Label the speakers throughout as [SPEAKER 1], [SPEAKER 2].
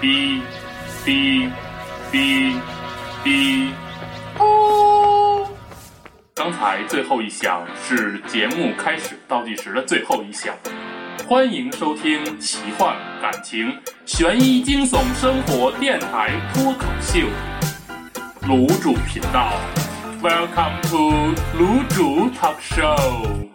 [SPEAKER 1] B B B B。刚才最后一响是节目开始倒计时的最后一响。欢迎收听奇幻、感情、悬疑、惊悚、生活电台脱口秀，卤煮频道。Welcome to 卤煮 Talk Show。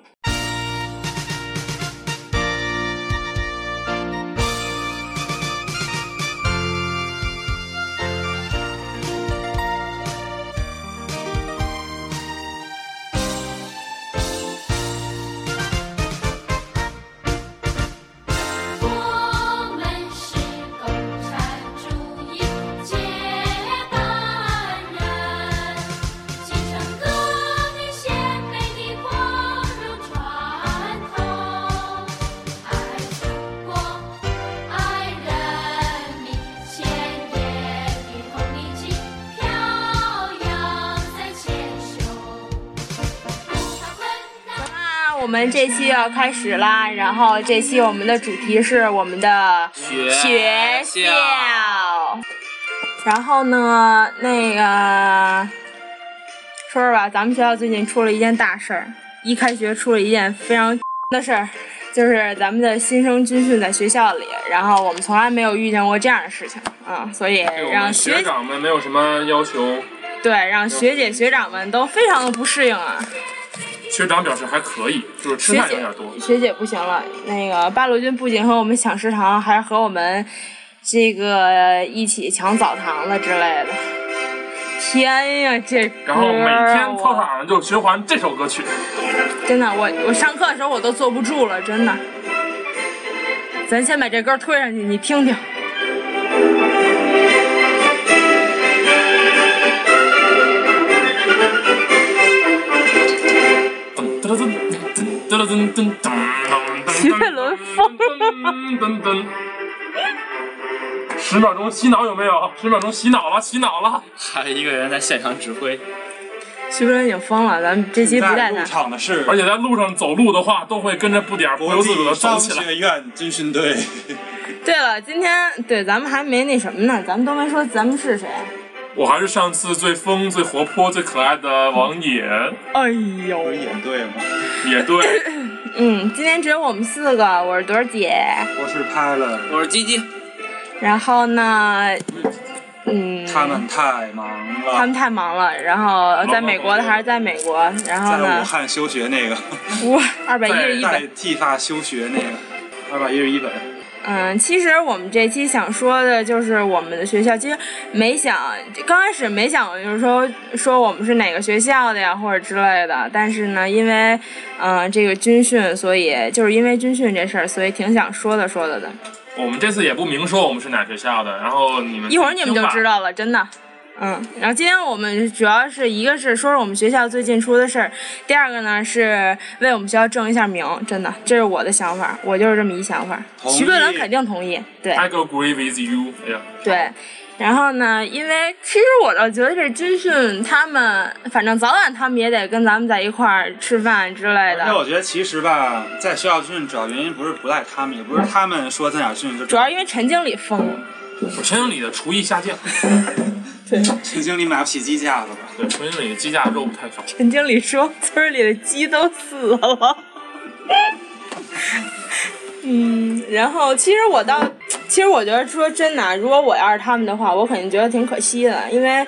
[SPEAKER 2] 我们是共产主义接班人，继承革命先辈的光荣传统，爱祖国，爱人民，鲜艳的红领巾飘扬在前胸，不怕困难。
[SPEAKER 3] 那我们这期要开始啦，然后这期我们的主题是我们的
[SPEAKER 4] 学
[SPEAKER 3] 学
[SPEAKER 4] 校
[SPEAKER 3] 然后呢，那个说说吧，咱们学校最近出了一件大事儿，一开学出了一件非常的事儿，就是咱们的新生军训在学校里，然后我们从来没有遇见过这样的事情啊、所以
[SPEAKER 4] 哎对我
[SPEAKER 3] 让
[SPEAKER 4] 们
[SPEAKER 3] 学
[SPEAKER 4] 学长们没有什么要求，
[SPEAKER 3] 对让学姐学长们都非常的不适应啊。
[SPEAKER 4] 学长表示还可以，就是吃
[SPEAKER 3] 学
[SPEAKER 4] 饭有
[SPEAKER 3] 姐
[SPEAKER 4] 点多。
[SPEAKER 3] 学姐不行了，那个八路军不仅和我们抢食堂，还和我们这个一起抢澡堂子之类的。天呀，这歌
[SPEAKER 4] 然后每
[SPEAKER 3] 啊
[SPEAKER 4] 天操
[SPEAKER 3] 我
[SPEAKER 4] 场上就循环这首歌曲，
[SPEAKER 3] 真的，我我上课的时候我都坐不住了，真的。咱先把这歌推上去，你听听。
[SPEAKER 4] 噔噔噔噔噔噔噔噔噔噔噔。
[SPEAKER 3] 徐飞轮疯
[SPEAKER 4] 噔噔噔。十秒钟洗脑有没有？十秒钟洗脑了，洗脑了。
[SPEAKER 5] 还一个人在现场指挥，
[SPEAKER 3] 徐飞伦已经疯了，咱们这期不带
[SPEAKER 6] 入
[SPEAKER 3] 他。
[SPEAKER 6] 场的是
[SPEAKER 4] 而且在路上走路的话，都会跟着步点儿不由
[SPEAKER 6] 国
[SPEAKER 4] 自主的
[SPEAKER 6] 际
[SPEAKER 4] 走
[SPEAKER 6] 商
[SPEAKER 4] 起来。
[SPEAKER 6] 学院军训 队，
[SPEAKER 3] 对了，今天对咱们还没那什么呢，咱们都没说咱们是谁。
[SPEAKER 4] 我还是上次最疯、最活泼、最可爱的王野，
[SPEAKER 3] 哎呦
[SPEAKER 6] 不是也对吗？
[SPEAKER 4] 也对。
[SPEAKER 3] 嗯，今天只有我们四个，我是朵儿姐。
[SPEAKER 6] 我是拍了，
[SPEAKER 5] 我是鸡鸡，
[SPEAKER 3] 然后呢，嗯，
[SPEAKER 6] 他们太忙
[SPEAKER 3] 他们
[SPEAKER 6] 了，
[SPEAKER 3] 太忙了，然后在美国的
[SPEAKER 4] 忙忙忙
[SPEAKER 3] 还是在美国，然后
[SPEAKER 6] 在武
[SPEAKER 3] 呢，
[SPEAKER 6] 汉休学那个，
[SPEAKER 3] 我二百一十一
[SPEAKER 6] 在
[SPEAKER 3] 本。
[SPEAKER 6] 剃发休学那 个，二百一十一本，
[SPEAKER 3] 嗯，其实我们这期想说的就是我们的学校，其实没想，刚开始没想就是说说我们是哪个学校的呀，或者之类的。但是呢，因为嗯、呃这个军训，所以就是因为军训这事儿，所以挺想说的说的的。
[SPEAKER 4] 我们这次也不明说我们是哪学校的，然后你们
[SPEAKER 3] 一会儿你们就知
[SPEAKER 4] 道。
[SPEAKER 3] 道了，真的。嗯，然后今天我们主要是一个是说说我们学校最近出的事儿，第二个呢是为我们学校正一下名，真的，这是我的想法，我就是这么一想法。
[SPEAKER 6] 同意
[SPEAKER 3] 徐桂伦肯定同意，对
[SPEAKER 4] I agree with you。哎呀，
[SPEAKER 3] 对。然后呢，因为其实我倒觉得这军训他们，反正早晚他们也得跟咱们在一块儿吃饭之类
[SPEAKER 6] 而且
[SPEAKER 3] 的，
[SPEAKER 6] 我觉得其实吧，在学校军训主要原因不是不赖他们，也不
[SPEAKER 3] 嗯
[SPEAKER 6] 是他们说在哪儿训就
[SPEAKER 3] 主要因为陈经理疯了。
[SPEAKER 4] 我陈经理的厨艺下降，
[SPEAKER 6] 陈经理买不起鸡架子吧？
[SPEAKER 4] 对陈经理的鸡架肉太少。
[SPEAKER 3] 陈经理说：“ 村里的鸡都死了。”嗯，然后其实我倒，其实我觉得说真的啊，如果我要是他们的话，我肯定觉得挺可惜的，因为，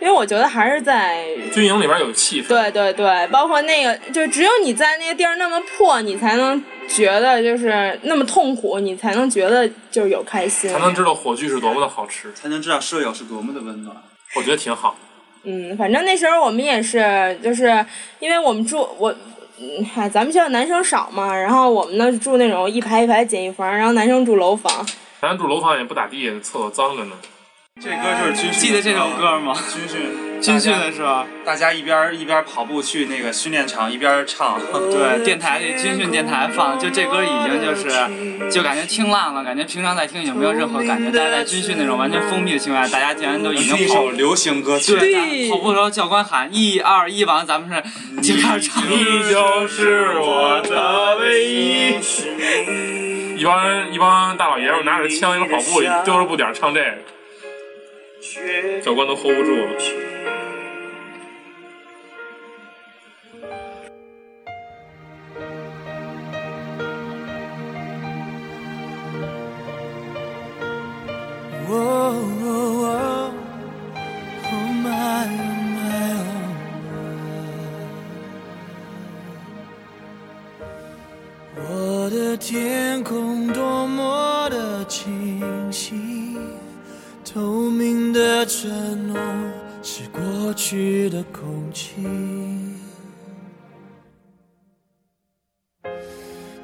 [SPEAKER 3] 因为我觉得还是在，
[SPEAKER 4] 军营里边有气氛，
[SPEAKER 3] 对对对，包括那个，就只有你在那个地儿那么破，你才能觉得就是那么痛苦，你才能觉得就是有开心
[SPEAKER 4] 才，能知道火炬是多么的好吃。
[SPEAKER 6] 才能知道舍友是多么的温暖。
[SPEAKER 4] 我觉得挺好。
[SPEAKER 3] 嗯，反正那时候我们也是，就是因为我们住我，嗯嗨，咱们学校男生少嘛，然后我们呢住那种一排一排简易房，然后男生住楼房。
[SPEAKER 4] 咱住楼房也不咋地，厕所脏着呢。
[SPEAKER 6] 这歌就是军训，啊
[SPEAKER 5] 记得这首歌？吗？
[SPEAKER 6] 军训，
[SPEAKER 5] 军训的时候，
[SPEAKER 6] 大家一边一边跑步去那个训练场，一边唱。
[SPEAKER 5] 对，电台里军训电台放，就这歌已经就是，就感觉听烂了，感觉平常在听也没有任何感觉，但是在军训那种完全封闭的情况下，大家竟然都已
[SPEAKER 6] 是一
[SPEAKER 5] 经跑
[SPEAKER 6] 首。流行歌曲。
[SPEAKER 5] 对，咱跑步的时候教官喊一二一，完了咱们是就开始唱。
[SPEAKER 4] 就是我的唯一。一帮一帮大老爷们儿拿着枪，一边跑步，丢着步点儿唱这个，教官都 hold 不住了。
[SPEAKER 7] Oh, oh, oh, oh my, oh my, oh my. 我的天空多么的清晰，透明的承诺是过去的空气。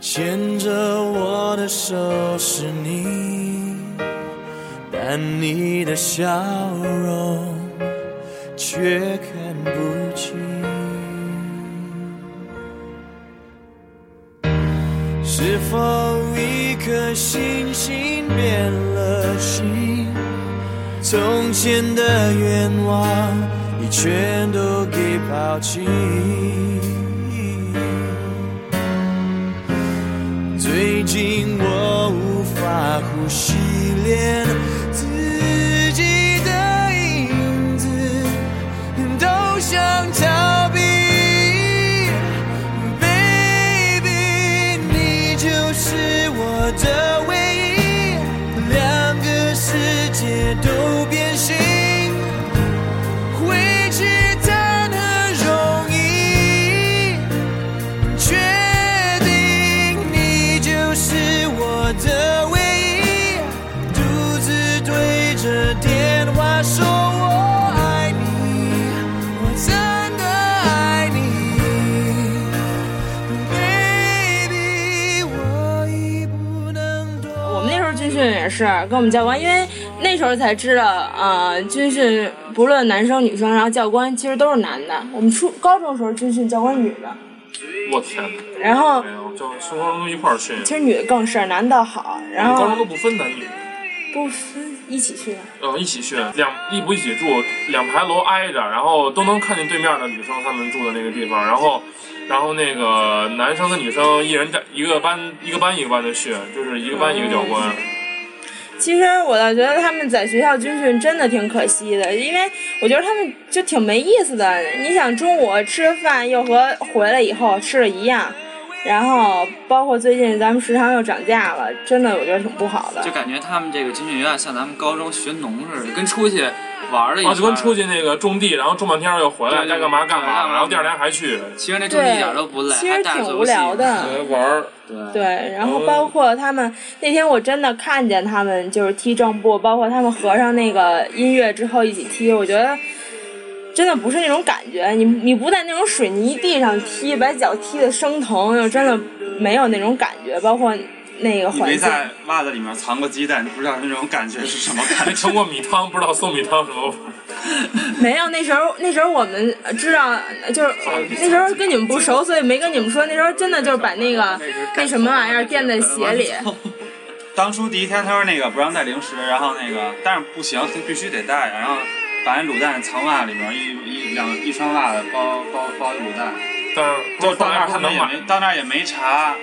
[SPEAKER 7] 牵着我的手是你。但你的笑容却看不清。是否一颗星星变了心？从前的愿望已全都给抛弃。最近我无法呼吸，连自己的影子都想逃避。Baby，你就是我的唯一，两个世界都变形。回去谈何容易？确定你就是我的唯一，独自对着电话说我爱你，我真的爱你，baby，我已不能多。
[SPEAKER 3] 我们那时候军训也是跟我们教官，因为那时候才知道，呃，军训不论男生女生，然后教官其实都是男的。我们初高中的时候军训教官女的，
[SPEAKER 4] 我天哪！
[SPEAKER 3] 然后
[SPEAKER 4] 没有，正初高中一块儿训，
[SPEAKER 3] 其实女的更是男的好，然
[SPEAKER 4] 高中都
[SPEAKER 3] 后
[SPEAKER 4] 不分男女，
[SPEAKER 3] 不分一起去的。
[SPEAKER 4] 嗯，一起训，两一不一起住，两排楼挨着，然后都能看见对面的女生她们住的那个地方，然后，然后那个男生跟女生一人站一个班一个班一个班的训，就是一个班一个教官。
[SPEAKER 3] 其实我倒觉得他们在学校军训真的挺可惜的，因为我觉得他们就挺没意思的。你想中午吃饭又和回来以后吃的一样，然后包括最近咱们食堂又涨价了，真的我觉得挺不好的
[SPEAKER 5] 就。感觉他们这个军训有点像咱们高中学农似的，跟出去玩儿了一
[SPEAKER 4] 啊，就跟
[SPEAKER 5] 圈儿
[SPEAKER 4] 出去那个种地，然后种半天儿又回来，
[SPEAKER 5] 对
[SPEAKER 4] 该干嘛干
[SPEAKER 5] 对干
[SPEAKER 4] 嘛，
[SPEAKER 5] 嘛
[SPEAKER 4] 然后第二天还去
[SPEAKER 5] 其实那中间
[SPEAKER 3] 对
[SPEAKER 5] 一点儿都不累，，
[SPEAKER 3] 其实
[SPEAKER 5] 还带着
[SPEAKER 3] 挺
[SPEAKER 5] 游
[SPEAKER 3] 无
[SPEAKER 5] 戏
[SPEAKER 3] 聊。的。
[SPEAKER 4] 玩儿。
[SPEAKER 5] 对，
[SPEAKER 3] 对，然后包括他们那天我真的看见他们就是踢正步，包括他们合上那个音乐之后一起踢，我觉得真的不是那种感觉。你你不在那种水泥地上踢，把脚踢得生疼，就真的没有那种感觉。包括那个
[SPEAKER 6] 你
[SPEAKER 3] 环
[SPEAKER 6] 没
[SPEAKER 3] 境，
[SPEAKER 6] 在袜子里面藏过鸡蛋，你不知道那种感觉是什么感
[SPEAKER 4] 还
[SPEAKER 6] 觉。
[SPEAKER 4] 盛过米汤，不知道馊米汤什么味 儿。
[SPEAKER 3] 没有那时候那时候我们知道就是那时候跟你们不熟，所以没跟你们说。那时候真的就是把那个那什么玩意儿垫在 鞋里。
[SPEAKER 6] 当初第一天他说那个不让带零食，然后那个但是不行，他必须得带，然后把那卤蛋藏袜里面一一两一双袜子包包包一卤蛋，
[SPEAKER 4] 但是不
[SPEAKER 6] 就是是到那
[SPEAKER 4] 后来
[SPEAKER 6] 儿
[SPEAKER 4] 不
[SPEAKER 6] 他
[SPEAKER 4] 是
[SPEAKER 6] 们
[SPEAKER 4] 能
[SPEAKER 6] 也
[SPEAKER 4] 买
[SPEAKER 6] 没到那儿也没查，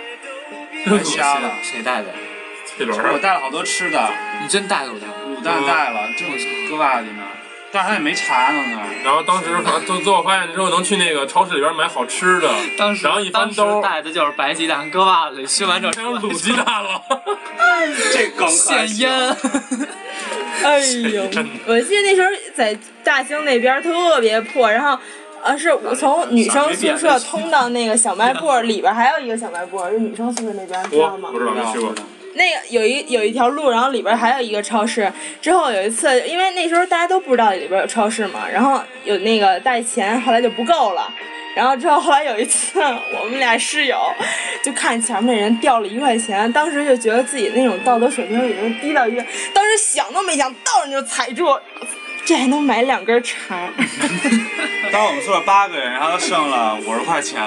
[SPEAKER 6] 太瞎了。
[SPEAKER 5] 啊谁带的？
[SPEAKER 4] 这轮
[SPEAKER 6] 我
[SPEAKER 4] 儿，
[SPEAKER 6] 带了好多吃的，
[SPEAKER 5] 你真带给我的？
[SPEAKER 6] 卤蛋带了，就搁袜子里面，但是他也没查呢那儿。
[SPEAKER 4] 然后当时发最最后发现之后能去那个超市里边买好吃的，
[SPEAKER 5] 当时
[SPEAKER 4] 然后一翻
[SPEAKER 5] 当时
[SPEAKER 4] 兜儿，
[SPEAKER 5] 带的就是白鸡蛋，搁袜子里，熏完之后
[SPEAKER 4] 还有卤鸡蛋了。
[SPEAKER 6] 这梗可
[SPEAKER 5] 现腌。
[SPEAKER 3] 哎呦，我记得那时候在大兴那边特别破，然后。呃，是我从女生宿舍通到那个小卖部儿里边，还有一个小卖部儿，是女生宿舍那边，知道吗
[SPEAKER 4] 我？不知道没去过。
[SPEAKER 3] 那个有一有一条路，然后里边还有一个超市。之后有一次，因为那时候大家都不知道里边有超市嘛，然后有那个带钱，后来就不够了。然后之后后来有一次，我们俩室友就看前面那人掉了一块钱，当时就觉得自己那种道德水平已经低到一个，当时想都没想，到人就踩住，这还能买两根肠。
[SPEAKER 6] 当时我们宿舍八个人，然后剩了五十块钱，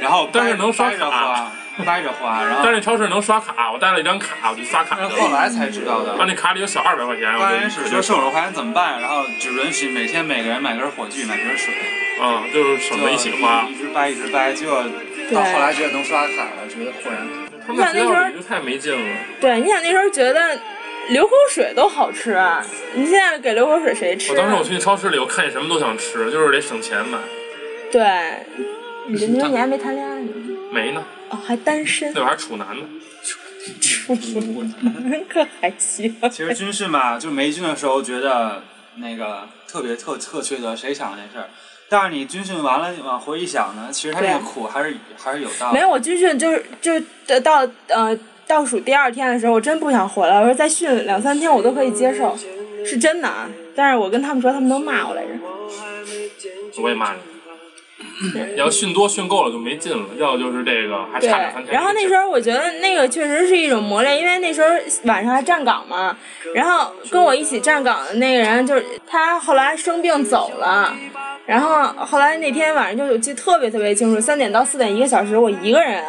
[SPEAKER 6] 然后
[SPEAKER 4] 但是能刷
[SPEAKER 6] 掰着
[SPEAKER 4] 卡
[SPEAKER 6] 花， 掰着花，然后
[SPEAKER 4] 但是那超市能刷卡，我带了一张卡，我就刷卡去
[SPEAKER 6] 但是
[SPEAKER 4] 了。
[SPEAKER 6] 后来才知道的
[SPEAKER 4] 然后。那卡里有小二百块钱，我
[SPEAKER 6] 刚开始
[SPEAKER 4] 就
[SPEAKER 6] 说剩五十块钱怎么办，然后只允许每天每个人买根火炬，买瓶水，
[SPEAKER 4] 嗯，就是省着一起花
[SPEAKER 6] 就。一直掰一直掰，结果到后来觉得能刷卡了，觉得豁然。
[SPEAKER 4] 他
[SPEAKER 3] 你
[SPEAKER 4] 们
[SPEAKER 3] 想
[SPEAKER 4] 学
[SPEAKER 3] 那时
[SPEAKER 4] 校
[SPEAKER 3] 候
[SPEAKER 4] 里就太没劲了。
[SPEAKER 3] 对，你想那时候觉得流口水都好吃啊，你现在给流口水谁吃啊？
[SPEAKER 4] 我当时我去超市里，我看见什么都想吃，就是得省钱买。
[SPEAKER 3] 对，你这你说你还没谈恋爱呢，
[SPEAKER 4] 没呢，
[SPEAKER 3] 哦，还单身，
[SPEAKER 4] 那会儿还处男呢。
[SPEAKER 3] 可还行。
[SPEAKER 6] 其实军训吧，就没军的时候觉得那个特别特特缺德，谁想这事儿？但是你军训完了往回一想呢，其实他这个
[SPEAKER 3] 对啊
[SPEAKER 6] 苦还是还是有道理
[SPEAKER 3] 没。有，我军训就是就就到呃倒数第二天的时候，我真不想回来，我说再训两三天我都可以接受，是真的啊。但是我跟他们说，他们都骂我来着。
[SPEAKER 4] 我也骂你。你要训多训够了就没劲了，要就是这个还
[SPEAKER 3] 对
[SPEAKER 4] 差两三，天。
[SPEAKER 3] 然后那时候我觉得那个确实是一种磨练，因为那时候晚上还站岗嘛，然后跟我一起站岗的那个人就是他后来生病走了，然后后来那天晚上就我记得特别特别清楚，三点到四点一个小时，我一个人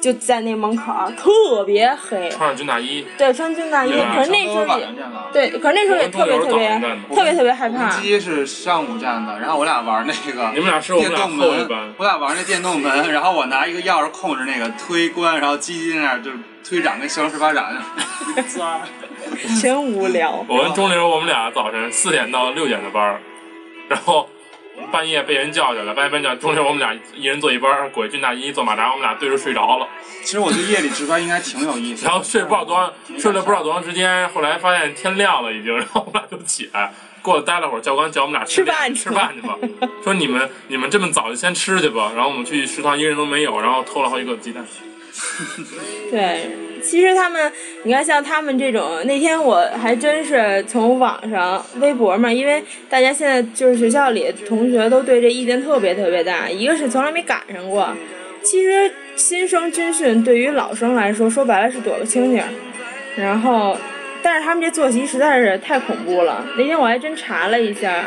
[SPEAKER 3] 就在那门口儿，特别黑，
[SPEAKER 4] 穿上军大衣，
[SPEAKER 3] 对，穿军大衣，
[SPEAKER 4] 对
[SPEAKER 3] 可是那时候
[SPEAKER 6] 晚
[SPEAKER 3] 也
[SPEAKER 6] 上站岗，
[SPEAKER 3] 对，可是那时候也特别特别特别特别害
[SPEAKER 6] 我们
[SPEAKER 3] 怕。
[SPEAKER 6] 鸡是上午站的，然后我俩玩那个。
[SPEAKER 4] 你们俩是我
[SPEAKER 6] 电
[SPEAKER 4] 们俩
[SPEAKER 6] 动
[SPEAKER 4] 后一
[SPEAKER 6] 门
[SPEAKER 4] 班，，
[SPEAKER 6] 我俩玩那电动 门，然后我拿一个钥匙控制那个推关，然后鸡鸡那儿就是推掌跟西红柿发展，钻儿
[SPEAKER 3] 真无聊。
[SPEAKER 4] 我跟钟玲，我们俩早晨四点到六点的班儿，然后半夜被人叫起来，半夜被人叫，钟玲我们俩一人坐一班儿，裹一军大衣做马扎，我们俩对着睡着了，
[SPEAKER 6] 其实我觉得夜里值班应该挺有意思的。
[SPEAKER 4] 然后睡不知道 多长，睡了不知道多长时间，后来发现天亮了已经，然后我们俩就起来。过了待了会儿，教官叫我们俩
[SPEAKER 3] 吃饭
[SPEAKER 4] 吃饭去吧，说你们你们这么早就先吃去吧。然后我们去食堂，一个人都没有，然后偷了好几个鸡蛋。
[SPEAKER 3] 对，其实他们，你看像他们这种，那天我还真是从网上微博嘛，因为大家现在就是学校里同学都对这意见特别特别大，一个是从来没赶上过，其实新生军训对于老生来说，说白了是躲个清静儿，然后，但是他们这作息实在是太恐怖了。那天我还真查了一下，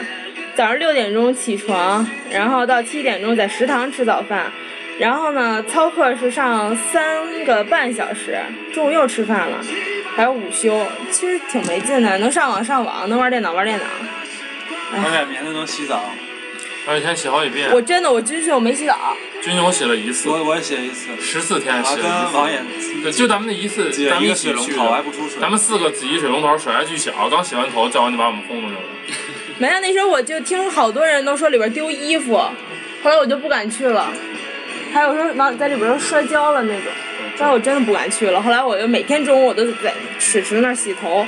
[SPEAKER 3] 早上六点钟起床，然后到七点钟在食堂吃早饭，然后呢，操课是上三个半小时，中午又吃饭了，还有午休，其实挺没劲的，能上网上网，能玩电脑玩电脑。
[SPEAKER 6] 而且每天都能洗澡，
[SPEAKER 4] 然后一天洗好几遍，
[SPEAKER 3] 我真的我军训我没啊洗澡，
[SPEAKER 4] 军训我洗了一次，
[SPEAKER 6] 我我也 写一次，
[SPEAKER 4] 十四天
[SPEAKER 6] 我还
[SPEAKER 4] 洗
[SPEAKER 6] 跟
[SPEAKER 4] 了
[SPEAKER 6] 王
[SPEAKER 4] 一
[SPEAKER 6] 爷
[SPEAKER 4] 次。对，就咱们那一次，
[SPEAKER 6] 借
[SPEAKER 4] 咱们
[SPEAKER 6] 一
[SPEAKER 4] 一
[SPEAKER 6] 个
[SPEAKER 4] 起
[SPEAKER 6] 水龙
[SPEAKER 4] 去
[SPEAKER 6] 头还
[SPEAKER 4] 的
[SPEAKER 6] 不。出水，
[SPEAKER 4] 咱们四个挤一水龙头，水还巨小，刚洗完头，教官就把我们轰出去了。
[SPEAKER 3] 没有那时候我就听好多人都说里边丢衣服，后来我就不敢去了，还有说往在里边摔跤了那种，但我真的不敢去了。后来我就每天中午我都在水池那儿洗头，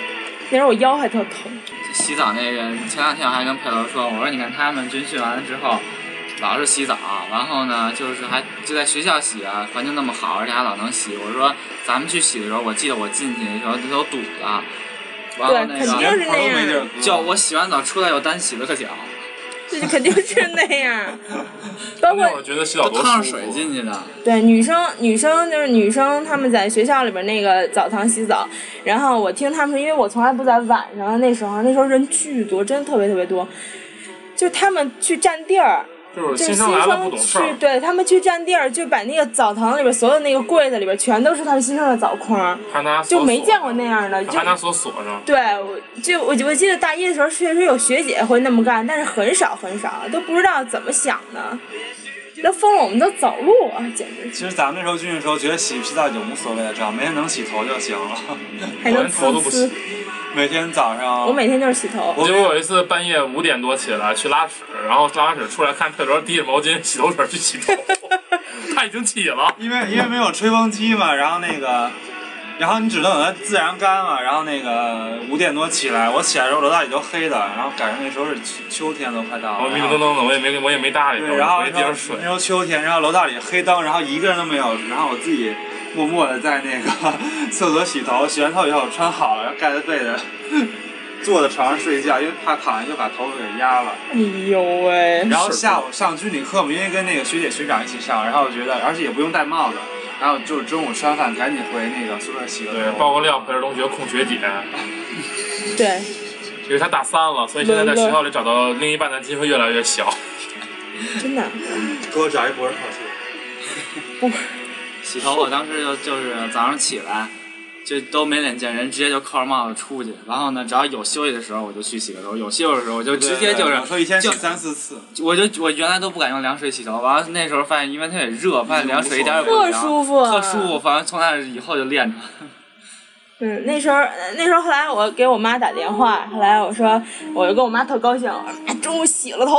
[SPEAKER 3] 那时候我腰还特疼。
[SPEAKER 5] 洗澡那个，前两天我还跟佩罗说，我说你看他们军训完了之后，老是洗澡，然后呢，就是还就在学校洗啊，环境那么好，而且还老能洗。我说咱们去洗的时候，我记得我进去的时候都堵了，然后
[SPEAKER 3] 对，肯
[SPEAKER 5] 那
[SPEAKER 3] 定
[SPEAKER 5] 个
[SPEAKER 3] 是那
[SPEAKER 6] 没地
[SPEAKER 3] 样
[SPEAKER 6] 啊儿，搁
[SPEAKER 5] 叫我洗完澡出来又单洗了个脚，
[SPEAKER 3] 这就肯定是那样。包
[SPEAKER 4] 那会
[SPEAKER 3] 括
[SPEAKER 4] 儿觉得洗澡
[SPEAKER 5] 都
[SPEAKER 4] 多
[SPEAKER 5] 趟着
[SPEAKER 4] 舒
[SPEAKER 5] 水
[SPEAKER 4] 服。
[SPEAKER 5] 进去的。
[SPEAKER 3] 对女生，女生就是女生，她们在学校里边那个澡堂洗澡，然后我听她们说，因为我从来不在晚上，那时候那时候人巨多，真的特别特别多，就她们去占地儿。
[SPEAKER 4] 就
[SPEAKER 3] 就
[SPEAKER 4] 是
[SPEAKER 3] 是
[SPEAKER 4] 新
[SPEAKER 3] 新
[SPEAKER 4] 生来了不懂事
[SPEAKER 3] 去
[SPEAKER 4] 儿，
[SPEAKER 3] 对他们去占地儿，就把那个澡堂里边所有那个柜子里边全都是他们新生的澡筐，
[SPEAKER 4] 还拿锁
[SPEAKER 3] 就没
[SPEAKER 4] 锁
[SPEAKER 3] 见过那样的。就
[SPEAKER 4] 还拿锁锁上。
[SPEAKER 3] 对，我就我我记得大一的时候确实有学姐会那么干，但是很少很少，都不知道怎么想的。那疯了，我们都走路啊，简直是
[SPEAKER 6] 其实咱们那时候军训的时候觉得洗不洗澡就无所谓了，只要没人能洗头就行了。
[SPEAKER 3] 还
[SPEAKER 4] 我
[SPEAKER 3] 能
[SPEAKER 4] 连头都
[SPEAKER 3] 自
[SPEAKER 4] 不
[SPEAKER 3] 私
[SPEAKER 4] 洗。。
[SPEAKER 6] 每天早上
[SPEAKER 3] 我每天就是洗头，
[SPEAKER 4] 结果有一次半夜五点多起来去拉屎，然后拉完屎出来看佩罗提着毛巾洗头水去洗头， 他已经起了。
[SPEAKER 6] 因为因为没有吹风机嘛，然后那个，然后你只能等它自然干嘛，然后那个五点多起来，我起来的时候楼道里都黑的，然后赶上那时候是秋秋天哦都快到了，
[SPEAKER 4] 我迷
[SPEAKER 6] 然
[SPEAKER 4] 迷
[SPEAKER 6] 后
[SPEAKER 4] 瞪瞪的，我也没我也没搭理他，
[SPEAKER 6] 对，然后
[SPEAKER 4] 我
[SPEAKER 6] 那
[SPEAKER 4] 也
[SPEAKER 6] 时
[SPEAKER 4] 接
[SPEAKER 6] 候
[SPEAKER 4] 着睡
[SPEAKER 6] 那。时候秋天，然后楼道里黑灯，然后一个人都没有，然后我自己默默的在那个 厕所洗头，洗完头以后穿好了，然后盖着被子，坐在床上睡觉，因为怕躺下就把头发给压了。
[SPEAKER 3] 哎呦喂！
[SPEAKER 6] 然后下午上军旅课嘛，因为跟那个学姐学长一起上，然后我觉得，而且也不用戴帽子，然后就是中午吃完饭赶紧回那个宿舍洗
[SPEAKER 4] 对
[SPEAKER 6] 个，头。
[SPEAKER 4] 报个料，佩罗同学控学姐，
[SPEAKER 3] 对，
[SPEAKER 4] 因为他大三了，所以现在在学校里找到另一半的机会越来越小。
[SPEAKER 3] 真的
[SPEAKER 6] 给我找一博士考试。
[SPEAKER 5] 洗头，我当时就就是早上起来，就都没脸见人，直接就扣上帽子出去。然后呢，只要有休息的时候，我就去洗个头；有休息的时候，我就直接就是
[SPEAKER 6] 我说一天洗
[SPEAKER 5] 就
[SPEAKER 6] 三四次，
[SPEAKER 5] 我就我原来都不敢用凉水洗头，完了那时候发现，因为它也热，发现凉水一点儿也不
[SPEAKER 3] 特
[SPEAKER 5] 凉，
[SPEAKER 3] 舒服啊
[SPEAKER 5] 特舒服。反正从那以后就练着。
[SPEAKER 3] 嗯，那时候呃那时候后来我给我妈打电话，后来我说我就跟我妈特高兴，我说妈哎中午洗了头，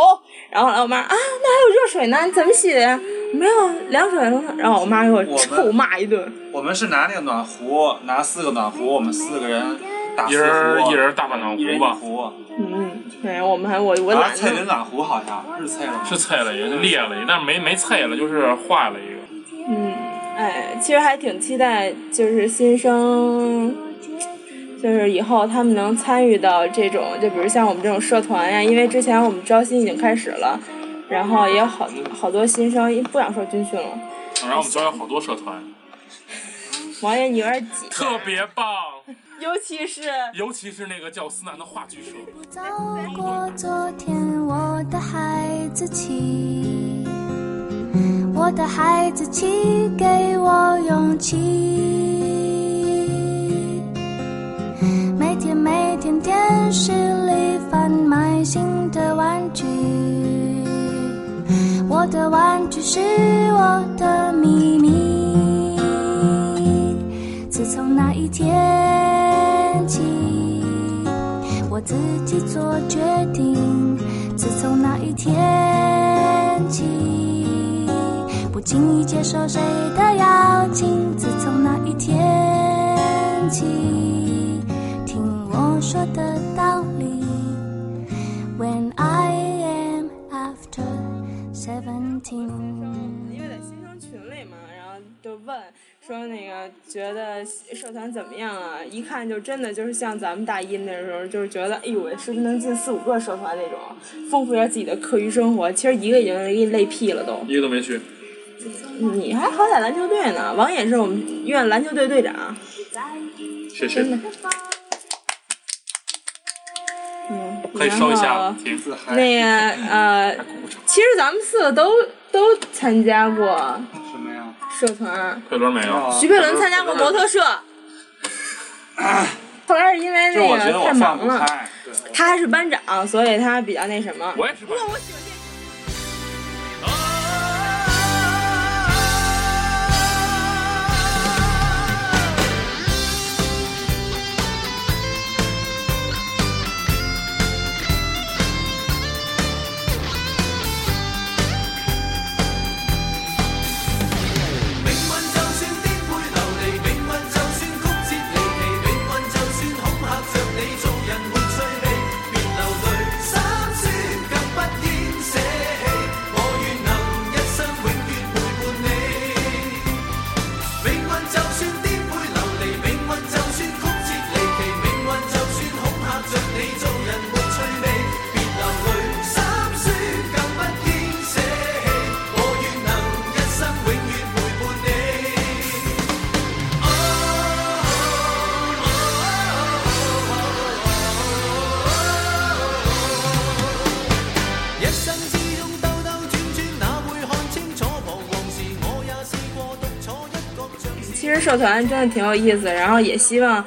[SPEAKER 3] 然后后来我妈啊那还有热水呢，你怎么洗的呀？没有啊凉水呢，然后我妈给我
[SPEAKER 6] 们
[SPEAKER 3] 臭骂一顿，
[SPEAKER 6] 我们是拿那个暖壶，拿四个暖壶，我们四个人打
[SPEAKER 4] 一
[SPEAKER 6] 四
[SPEAKER 4] 人
[SPEAKER 6] 壶，
[SPEAKER 4] 一人大半暖
[SPEAKER 6] 一人
[SPEAKER 4] 壶
[SPEAKER 6] 一
[SPEAKER 4] 吧，
[SPEAKER 6] 壶，
[SPEAKER 3] 嗯，对，我们还我我
[SPEAKER 6] 啊，
[SPEAKER 3] 懒
[SPEAKER 6] 蔡林
[SPEAKER 3] 得，
[SPEAKER 6] 暖壶好像是蔡林，
[SPEAKER 4] 是菜了一个，裂了一个，但是没没菜了，就是坏了一个。
[SPEAKER 3] 嗯，哎，其实还挺期待就是新生。就是以后他们能参与到这种，就比如像我们这种社团呀，因为之前我们招新已经开始了，然后也有好好多新生，因为不想说军训了，
[SPEAKER 4] 然后我们学校有好多社团，
[SPEAKER 3] 王爷你有点挤，
[SPEAKER 4] 特别棒，
[SPEAKER 3] 尤其是
[SPEAKER 4] 尤其是那个叫思南的话剧社，
[SPEAKER 2] 走过昨天，我的孩子气，我的孩子气给我勇气。每天每天，电视里贩卖新的玩具，我的玩具是我的秘密。自从那一天起。我自己做决定。自从那一天起，不轻易接受谁的邀请。自从那一天起，听我说的道理。When I am after seventeen。
[SPEAKER 3] 因为在新生群里嘛，然后就问说那个觉得社团怎么样啊？一看就真的就是像咱们大一那时候，就是觉得哎呦喂，是不是能进四五个社团那种，丰富点自己的课余生活。其实一个已经给你累屁了都。嗯
[SPEAKER 4] 一个都没去。
[SPEAKER 3] 你还好歹篮球队呢，王也是我们院篮球队队长。
[SPEAKER 4] 谢谢。
[SPEAKER 3] 嗯，
[SPEAKER 4] 可以收一下
[SPEAKER 3] 然
[SPEAKER 4] 吗
[SPEAKER 3] 后？
[SPEAKER 4] 停。
[SPEAKER 3] 那个呃，其实咱们四个都都参加过
[SPEAKER 6] 什
[SPEAKER 3] 哎
[SPEAKER 6] 么呀？
[SPEAKER 3] 社
[SPEAKER 6] 啊
[SPEAKER 3] 团。
[SPEAKER 4] 快轮没有？
[SPEAKER 3] 徐佩伦参加过模特社， 后来是因为
[SPEAKER 6] 啊就是我觉
[SPEAKER 3] 那
[SPEAKER 6] 得
[SPEAKER 3] 个
[SPEAKER 6] 我
[SPEAKER 3] 太
[SPEAKER 6] 放
[SPEAKER 3] 忙
[SPEAKER 6] 不
[SPEAKER 3] 了，
[SPEAKER 6] 开，对。
[SPEAKER 3] 他还是班长，所以他比较那什么。
[SPEAKER 4] 我也是吧。
[SPEAKER 7] 命運就算顛沛流離，命運就算曲折離奇，命運就算恐嚇着你，做人沒趣味，別流淚，心酸更不應捨棄。我願能一生永遠陪伴你。命運就算顛沛流離，命運就算曲折離奇，命運就算恐嚇着你，做人沒趣味，別流淚，心酸更不應捨棄。我願能一生永遠陪伴你。一生之中兜兜轉轉，哪會看清楚彷徨時，我也試過獨坐一角像是。
[SPEAKER 3] 其实社团真的挺有意思，然后也希望。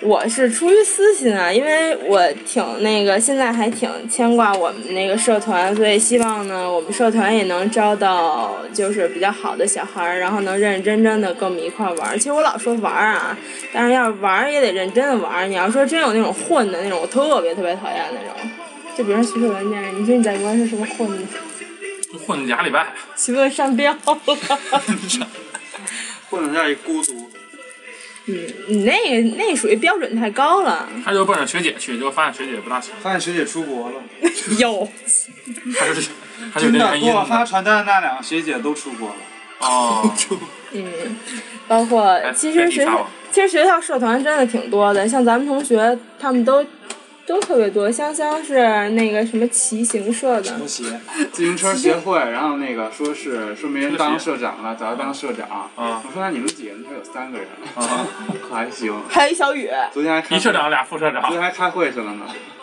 [SPEAKER 3] 我是出于私心啊，因为我挺那个，现在还挺牵挂我们那个社团，所以希望呢，我们社团也能招到就是比较好的小孩儿，然后能认认真真的跟我们一块儿玩儿。其实我老说玩儿啊，但是要是玩儿也得认真的玩儿。你要说真有那种混的那种，我特别特别讨厌那种。就比如说徐克文这样，你说你在国外是什么混的？
[SPEAKER 4] 就混俩礼拜，
[SPEAKER 3] 徐克上标了。
[SPEAKER 6] 混得在一孤独。
[SPEAKER 3] 嗯，你那个那属于标准太高了。
[SPEAKER 4] 他就奔着学姐去，结果发现学姐不大行，
[SPEAKER 6] 发现学姐出国了，
[SPEAKER 3] 有，
[SPEAKER 4] 他是他有
[SPEAKER 6] 真
[SPEAKER 4] 这
[SPEAKER 6] 的
[SPEAKER 4] 原
[SPEAKER 6] 给
[SPEAKER 4] 因
[SPEAKER 6] 我发
[SPEAKER 4] 的。
[SPEAKER 6] 传单的那两个学姐都出国了。
[SPEAKER 4] 哦，
[SPEAKER 3] 嗯，包括
[SPEAKER 4] 哎
[SPEAKER 3] 其实学
[SPEAKER 4] 哎你发
[SPEAKER 3] 校
[SPEAKER 4] 吧，
[SPEAKER 3] 其实学校社团真的挺多的，像咱们同学他们都都特别多。香香是那个什么骑行社的，
[SPEAKER 6] 球鞋，自行车协会，然后那个说是说没人当社长了，早就当社长。
[SPEAKER 4] 嗯
[SPEAKER 6] 我说那你们几个人？他说有三个人，
[SPEAKER 4] 啊
[SPEAKER 6] 还行。
[SPEAKER 3] 还有一小雨
[SPEAKER 6] 昨天还开
[SPEAKER 4] 一社，长俩副社
[SPEAKER 6] 昨
[SPEAKER 4] 长
[SPEAKER 6] 天，还开会去了呢。
[SPEAKER 3] 啊，
[SPEAKER 6] 去
[SPEAKER 4] 就是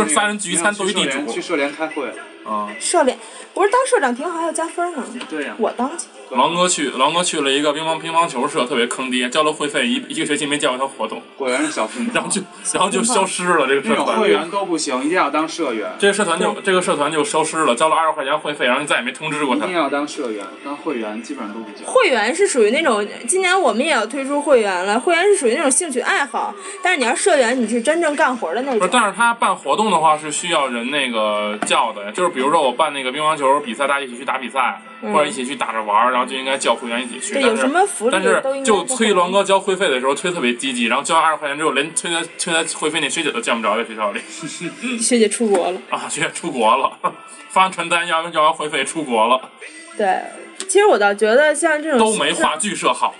[SPEAKER 6] 那个
[SPEAKER 4] 仨人聚一餐
[SPEAKER 6] 没有去
[SPEAKER 4] 斗一地
[SPEAKER 6] 社联
[SPEAKER 4] 主
[SPEAKER 6] 去社联开会。
[SPEAKER 4] 啊，
[SPEAKER 3] 社联不是当社长挺好，还要加分呢。
[SPEAKER 6] 对呀
[SPEAKER 3] 我当去，
[SPEAKER 4] 狼哥去，狼哥去了一个乒乓乒乓球社，特别坑爹，交了会费一一个学期没见过他活动，
[SPEAKER 6] 果然是小平
[SPEAKER 4] 然后就然后就消失了这个
[SPEAKER 6] 那
[SPEAKER 4] 社
[SPEAKER 6] 种
[SPEAKER 4] 团
[SPEAKER 6] 会。员都不行，一定要当社员，
[SPEAKER 4] 这个社团就这个社团就消失了，交了二十块钱会费，然后再也没通知过
[SPEAKER 6] 一
[SPEAKER 4] 他
[SPEAKER 6] 定。要当社员，当会员基本上都不行。
[SPEAKER 3] 会员是属于那种，今年我们也要推出会员了。会员是属于那种兴趣爱好，但是你要社员，你是真正干活的那
[SPEAKER 4] 不
[SPEAKER 3] 种
[SPEAKER 4] 是，。但是他办活动的话是需要人那个叫的，就是比如说我办那个乒乓球比赛，大家一起去打比赛，
[SPEAKER 3] 嗯
[SPEAKER 4] 或者一起去打着玩儿，然后就应该叫会员一起去。
[SPEAKER 3] 对
[SPEAKER 4] 但
[SPEAKER 3] 有
[SPEAKER 4] 是
[SPEAKER 3] 什么福利
[SPEAKER 4] 但是
[SPEAKER 3] 都应该
[SPEAKER 4] 就
[SPEAKER 3] 不
[SPEAKER 4] 催
[SPEAKER 3] 会
[SPEAKER 4] 栾哥交会费的时候催特别积极，然后交完二十块钱之后，连催他催他会费那学姐都见不着，在学校里
[SPEAKER 3] 学姐出国了。
[SPEAKER 4] 啊，学姐出国了，发传单要要完会费出国了，
[SPEAKER 3] 对，其实我倒觉得像这种
[SPEAKER 4] 都没话剧社好，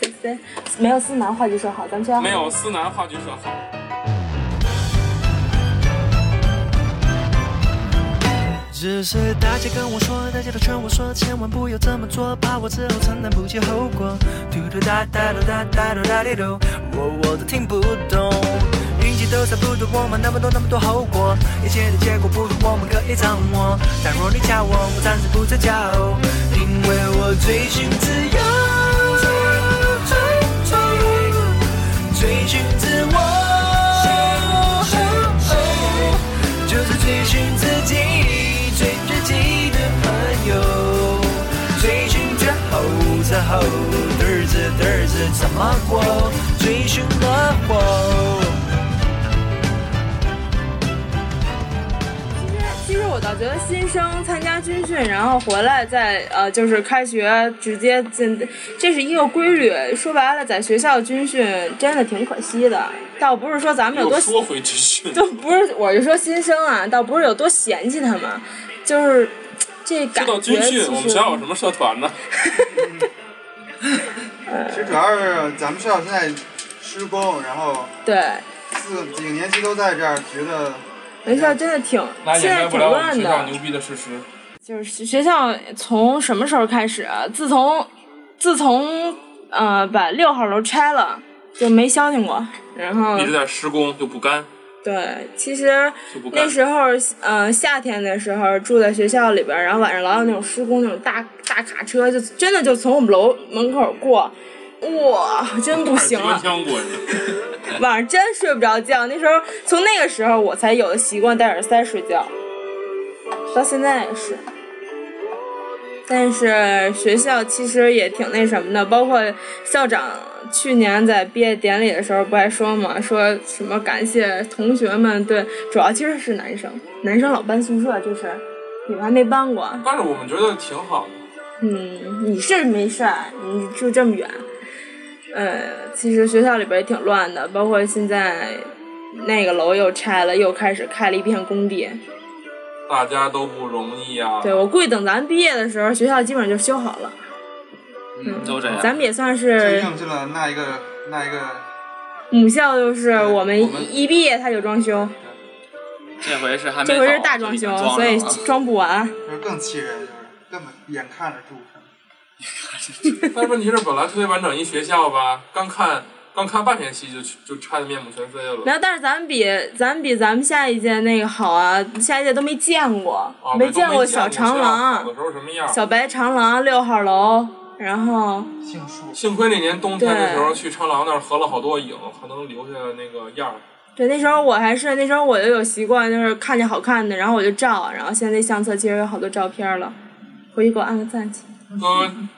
[SPEAKER 3] 对对没有思南话剧社好，咱们学校
[SPEAKER 4] 没有思南话剧社好。
[SPEAKER 7] 只是大家跟我说，大家都劝我说，千万不要这么做，怕我之后承担不起后果。嘟嘟哒哒嘟哒哒嘟哒滴嘟，我我都听不懂。运气都差不多，我们那么多那么多后果，一切的结果不是我们可以掌握。但若你叫我，我暂时不再叫，因为我追寻自由，追追追寻自我。就是追寻自己，追自己的朋友，追寻之后，之后的日子，的日子怎么过？追寻了我。
[SPEAKER 3] 其实其实我倒觉得新生参加军训，然后回来再呃，就是开学直接进，这是一个规律。说白了，在学校军训真的挺可惜的，倒不是说咱们有
[SPEAKER 4] 又
[SPEAKER 3] 多
[SPEAKER 4] 说回军训，
[SPEAKER 3] 就不是，我是说新生啊，倒不是有多嫌弃他们，就是这
[SPEAKER 4] 说
[SPEAKER 3] 感
[SPEAKER 4] 到
[SPEAKER 3] 觉
[SPEAKER 4] 军
[SPEAKER 3] 其
[SPEAKER 4] 训
[SPEAKER 3] 实，
[SPEAKER 4] 我们学校有什么社团呢？
[SPEAKER 8] 其实主要是咱们学校现在施工，然后
[SPEAKER 3] 对，
[SPEAKER 8] 四几个年级都在这儿，觉得
[SPEAKER 3] 我们学校真的挺现在挺乱的。
[SPEAKER 4] 逼的事实。
[SPEAKER 3] 就是学校从什么时候开始啊？自从自从呃把六号楼拆了，就没消停过。然后
[SPEAKER 4] 一直在施工就不干，
[SPEAKER 3] 对，其实
[SPEAKER 4] 就不干
[SPEAKER 3] 那。时候呃夏天的时候住在学校里边儿，然后晚上老有那种施工那种大大卡车，就真的就从我们楼门口过。哇，真不行啊
[SPEAKER 4] 机关
[SPEAKER 3] 了，
[SPEAKER 4] 枪过去。
[SPEAKER 3] 晚上真睡不着觉。那时候从那个时候我才有的习惯戴耳塞睡觉，到现在也是。但是学校其实也挺那什么的，包括校长去年在毕业典礼的时候不还说嘛，说什么感谢同学们对，主要其实是男生，男生老搬宿舍这事儿，你们还没搬过，
[SPEAKER 4] 但是我们觉得挺好的。
[SPEAKER 3] 嗯，你是没事儿，你住这么远。呃，其实学校里边也挺乱的，包括现在那个楼又拆了，又开始开了一片工地。
[SPEAKER 4] 大家都不容易啊。
[SPEAKER 3] 对我估计等咱毕业的时候，学校基本上就修好了。
[SPEAKER 5] 嗯，都这样。
[SPEAKER 3] 咱们也算
[SPEAKER 8] 真
[SPEAKER 3] 是
[SPEAKER 8] 应进了那一个那一个
[SPEAKER 3] 母校，就是我们
[SPEAKER 8] 我们
[SPEAKER 3] 一一毕业它就装修，
[SPEAKER 5] 这回是还没
[SPEAKER 3] 这
[SPEAKER 5] 走
[SPEAKER 3] 回是大装修
[SPEAKER 5] 就已经，装
[SPEAKER 3] 所以
[SPEAKER 5] 上了
[SPEAKER 3] 装不完。
[SPEAKER 8] 就是更气人，就是根本眼看着住不上。
[SPEAKER 4] 但是问题是，本来特别完整一学校吧，刚看刚看半学期就就拆的面目全非了。
[SPEAKER 3] 然后，但是咱们比咱们比咱们下一届那个好啊，下一届都没见过，
[SPEAKER 5] 哦
[SPEAKER 4] 啊，
[SPEAKER 3] 没
[SPEAKER 4] 都见
[SPEAKER 3] 过小长
[SPEAKER 4] 学校
[SPEAKER 3] 廊啊
[SPEAKER 4] 小的、时候什么样？
[SPEAKER 3] 小白长廊、六号楼，然后
[SPEAKER 8] 姓树，
[SPEAKER 4] 幸亏那年冬天的时候去长廊那儿合了好多影，还能留下那个样儿。
[SPEAKER 3] 对，那时候我还是那时候我就有习惯，就是看见好看的，然后我就照，然后现在相册其实有好多照片了，回去给我按个赞去。
[SPEAKER 4] 嗯，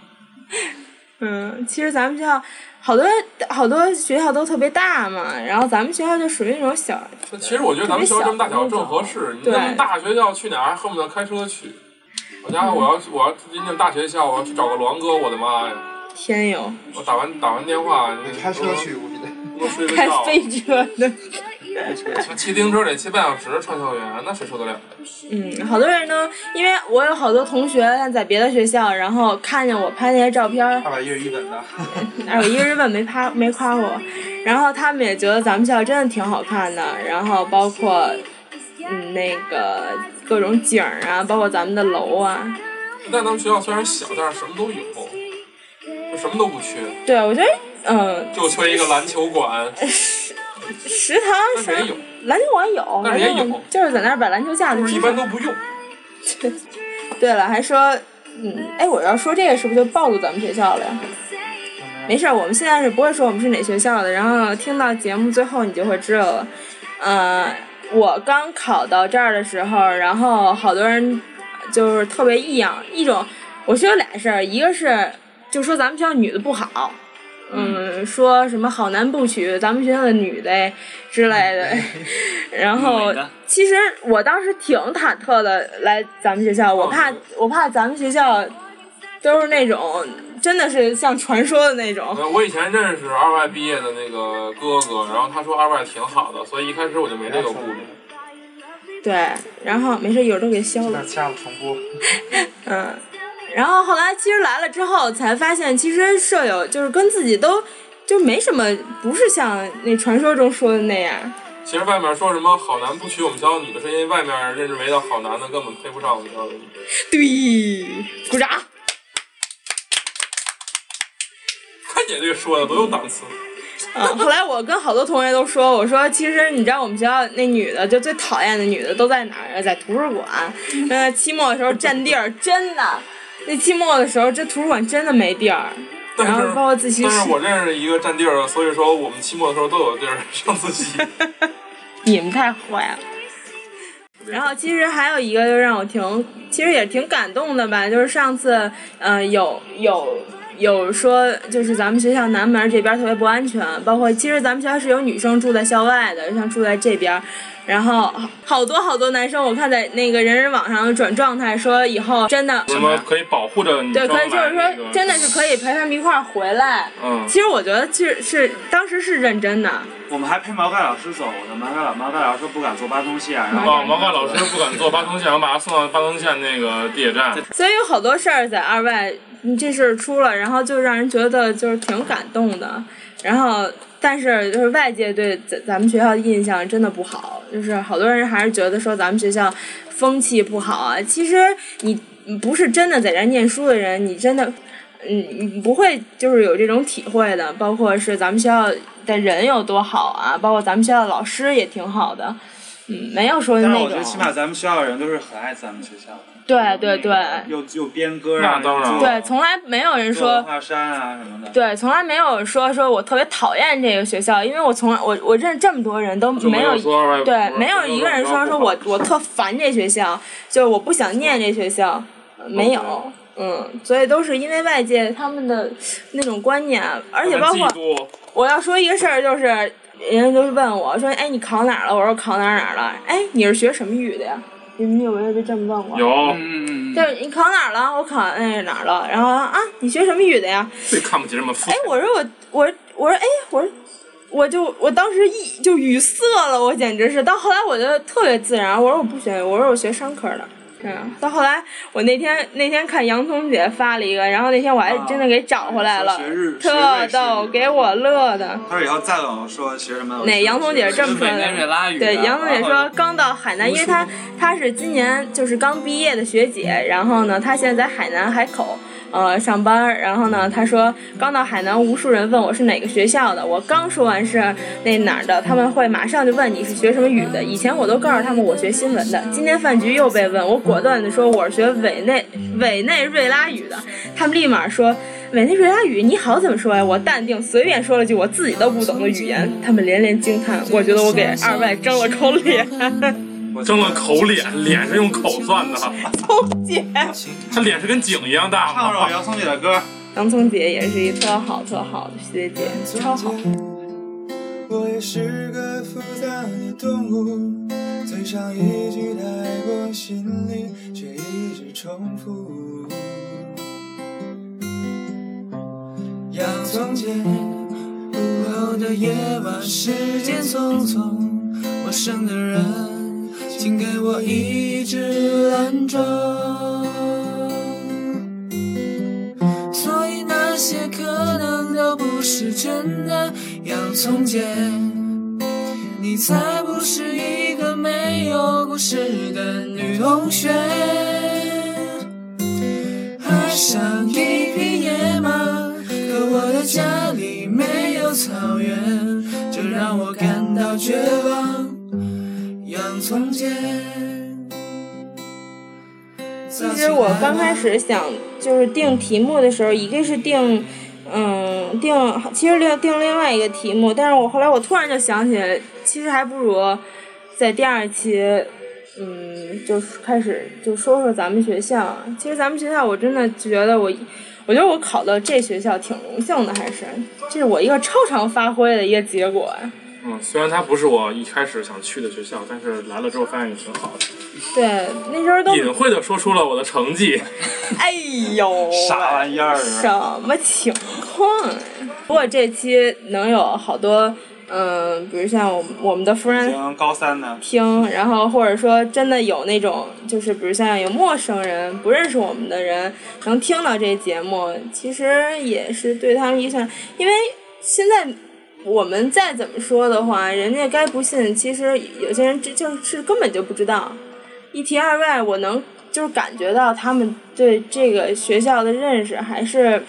[SPEAKER 3] 嗯，其实咱们学校好多好多学校都特别大嘛，然后咱们学校就属于那种小，
[SPEAKER 4] 其实我觉得咱们学校这么大小正合适。你
[SPEAKER 3] 对
[SPEAKER 4] 那么大学校去哪儿还恨不得开车去？我家伙我要我要进进大学校，我要去找个栾哥，我的妈呀！
[SPEAKER 3] 天有
[SPEAKER 4] 我打完打完电话，那
[SPEAKER 8] 开车去，我觉得
[SPEAKER 4] 我睡个
[SPEAKER 3] 开
[SPEAKER 4] 觉。
[SPEAKER 3] 飞车的。
[SPEAKER 4] 骑自行车得骑半小时上校园，那谁受得了？
[SPEAKER 3] 嗯，好多人都因为我有好多同学在别的学校，然后看见我拍那些照片儿，
[SPEAKER 8] 二百一十一本的，
[SPEAKER 3] 哎，我一个日本没夸没夸我，然后他们也觉得咱们学校真的挺好看的，然后包括嗯那个各种景儿啊，包括咱们的楼啊，
[SPEAKER 4] 但咱们学校虽然小，但是什么都有，就什么都不缺，
[SPEAKER 3] 对我觉得嗯
[SPEAKER 4] 就缺一个篮球馆，
[SPEAKER 3] 食堂
[SPEAKER 4] 但是也有，
[SPEAKER 3] 篮球馆有，
[SPEAKER 4] 但是也有
[SPEAKER 3] 篮球馆就是在那儿把篮球架子
[SPEAKER 4] 就是一
[SPEAKER 3] 支
[SPEAKER 4] 般
[SPEAKER 3] 上。
[SPEAKER 4] 都不用。
[SPEAKER 3] 对了，还说嗯，哎，我要说这个是不是就暴露咱们学校了呀？没事儿，我们现在是不会说我们是哪学校的，然后听到节目最后你就会知道了。呃，我刚考到这儿的时候，然后好多人就是特别异样，一种我说有俩事儿，一个是就说咱们学校女的不好。嗯，说什么好男不娶咱们学校的女的之类的， 然后
[SPEAKER 5] 女的
[SPEAKER 3] 其实我当时挺忐忑的来咱们学校，我怕我怕咱们学校都是那种真的是像传说的那种，
[SPEAKER 4] 呃我以前认识二外毕业的那个哥哥，然后他说二外挺好的，所以一开始我就没这个顾虑。
[SPEAKER 3] 对，然后没事，一会儿都给消了
[SPEAKER 8] 那，掐了重播。
[SPEAKER 3] 嗯。然后后来其实来了之后才发现，其实舍友就是跟自己都就没什么，不是像那传说中说的那样。
[SPEAKER 4] 其实外面说什么好男不娶我们学校女的，是因为外面认识为的好男的根本配不上我们学校的女的。
[SPEAKER 3] 对，鼓掌。
[SPEAKER 4] 看姐这个说的多有档次，
[SPEAKER 3] 嗯，后来我跟好多同学都说，我说其实你知道我们学校那女的，就最讨厌的女的都在哪儿啊？在图书馆。呃，期末的时候占地儿，真的，那期末的时候，这图书馆真的没地 儿。
[SPEAKER 4] 但
[SPEAKER 3] 然
[SPEAKER 4] 是
[SPEAKER 3] 后包括自习室
[SPEAKER 4] 但是我认识一个占地儿的，所以说我们期末的时候都有地儿上自习。
[SPEAKER 3] 你们太坏了。然后其实还有一个就让我挺，其实也挺感动的吧，就是上次，呃，有有有说，就是咱们学校南门这边特别不安全，包括其实咱们学校是有女生住在校外的，像住在这边，然后好多好多男生，我看在那个人人网上转状态说以后真的，
[SPEAKER 4] 什么可以保护着女
[SPEAKER 3] 对，
[SPEAKER 4] 生
[SPEAKER 3] 可以就是
[SPEAKER 4] 来那
[SPEAKER 3] 说
[SPEAKER 4] 个
[SPEAKER 3] 真的是可以陪他们一块儿回来。
[SPEAKER 4] 嗯，
[SPEAKER 3] 其实我觉得是是当时是认真的，
[SPEAKER 6] 我们还陪毛概老师走呢，毛概老毛概老师不敢坐八通线，然后
[SPEAKER 4] 哦，毛概老师不敢坐八通线，我把他送到八通线那个地铁站。
[SPEAKER 3] 所以有好多事儿在二外，嗯这事儿出了，然后就让人觉得就是挺感动的。然后，但是就是外界对咱咱们学校的印象真的不好，就是好多人还是觉得说咱们学校风气不好啊。其实你你不是真的在这儿念书的人，你真的。嗯，你不会就是有这种体会的，包括是咱们学校的人有多好啊，包括咱们学校的老师也挺好的，嗯，没有说那
[SPEAKER 6] 但是
[SPEAKER 3] 种
[SPEAKER 6] 我觉得起码咱们学校的人都是很爱咱们学校的，
[SPEAKER 3] 对对对
[SPEAKER 6] 又又编歌啊，
[SPEAKER 4] 那当然
[SPEAKER 6] 又做
[SPEAKER 3] 对，从来没有人
[SPEAKER 6] 做
[SPEAKER 3] 说
[SPEAKER 6] 文化衫啊什么的，
[SPEAKER 3] 对，从来没有说说我特别讨厌这个学校，因为我从来我我认识这么多人都
[SPEAKER 4] 就
[SPEAKER 3] 没有
[SPEAKER 4] 有说二外不
[SPEAKER 3] 对，没有
[SPEAKER 4] 就
[SPEAKER 3] 一个人说
[SPEAKER 4] 不
[SPEAKER 3] 说
[SPEAKER 4] 好
[SPEAKER 3] 我我特烦这学校，就是我不想念这学校，呃没有，嗯，所以都是因为外界他们的那种观念，而且包括
[SPEAKER 4] 嫉妒
[SPEAKER 3] 我要说一个事儿，就是人家都问我说，哎，你考哪儿了？我说考哪儿哪儿了？哎，你是学什么语的呀？你们有没有被这么问过？
[SPEAKER 4] 有，
[SPEAKER 5] 嗯，
[SPEAKER 3] 就是你考哪儿了？我考那哪儿了？然后啊，你学什么语的呀？
[SPEAKER 4] 最看不起这么富
[SPEAKER 3] 哎，。我说我我我说哎，我说我就我当时一就语塞了，我简直是。到后来我就特别自然，我说我不学，我说我学商科的。嗯，到后来我那天那天看洋葱姐发了一个，然后那天我还真的给找回来了，
[SPEAKER 6] 啊啊学日学
[SPEAKER 3] 特
[SPEAKER 6] 瑞士
[SPEAKER 3] 逗，
[SPEAKER 6] 语
[SPEAKER 3] 给我乐的。
[SPEAKER 6] 他说以后再问我说学什么，我
[SPEAKER 3] 哪
[SPEAKER 6] 说
[SPEAKER 3] 杨总姐是这么
[SPEAKER 5] 是
[SPEAKER 3] 说
[SPEAKER 5] 委内瑞
[SPEAKER 3] 的？
[SPEAKER 5] 拉语啊的。
[SPEAKER 3] 对，杨总姐
[SPEAKER 5] 然
[SPEAKER 3] 说
[SPEAKER 5] 后
[SPEAKER 3] 刚到海南，因为她她是今年就是刚毕业的学姐，然后呢，她现在在海南海口呃上班，然后呢，她说刚到海南，无数人问我是哪个学校的，我刚说完是那哪儿的，他们会马上就问你是学什么语的。以前我都告诉他们我学新闻的，今天饭局又被问，我果断的说我是学委内委内瑞拉语的，他们立马说。委内瑞拉语你好怎么说呀？我淡定随便说了句我自己都不懂的语言，他们连连惊叹。我觉得我给二外争了口脸，
[SPEAKER 6] 我
[SPEAKER 4] 争了口脸，脸是用口算的，
[SPEAKER 3] 聪姐，
[SPEAKER 4] 他脸是跟井一样大
[SPEAKER 6] 唱
[SPEAKER 4] 吗？
[SPEAKER 6] 首杨松姐的歌，
[SPEAKER 3] 杨聪姐也是一特好特好的学姐，超好。
[SPEAKER 7] 我也是个复杂的动物，嘴上一句太过心里，却一直重复。洋葱姐，午后的夜晚，时间匆匆，陌生的人，请给我一支兰州。所以那些可能都不是真的。洋葱姐，你才不是一个没有故事的女同学。爱上一匹野马，可我的家里没有草原，这让我感到绝望。洋葱姐。
[SPEAKER 3] 其实我刚开始想就是定题目的时候，一个是定，嗯，定其实定定另外一个题目，但是我后来我突然就想起来，其实还不如在第二期，嗯，就是开始就说说咱们学校。其实咱们学校我真的觉得我，我觉得我考到这学校挺荣幸的，还是这是我一个超常发挥的一个结果。
[SPEAKER 4] 嗯，虽然它不是我一开始想去的学校，但是来了之后发现也挺好的。
[SPEAKER 3] 对，那时候都
[SPEAKER 4] 隐晦的说出了我的成绩，
[SPEAKER 3] 哎呦，
[SPEAKER 6] 啥玩意儿啊？
[SPEAKER 3] 什么情况呀、如果这期能有好多，嗯、比如像我们我们的夫
[SPEAKER 6] 已
[SPEAKER 3] 人
[SPEAKER 6] 经高三呢，
[SPEAKER 3] 听，然后或者说真的有那种，就是比如像有陌生人不认识我们的人能听到这节目，其实也是对他们一算，因为现在。我们再怎么说的话，人家该不信，其实有些人这就是根本就不知道。一提二外，我能就是感觉到他们对这个学校的认识还是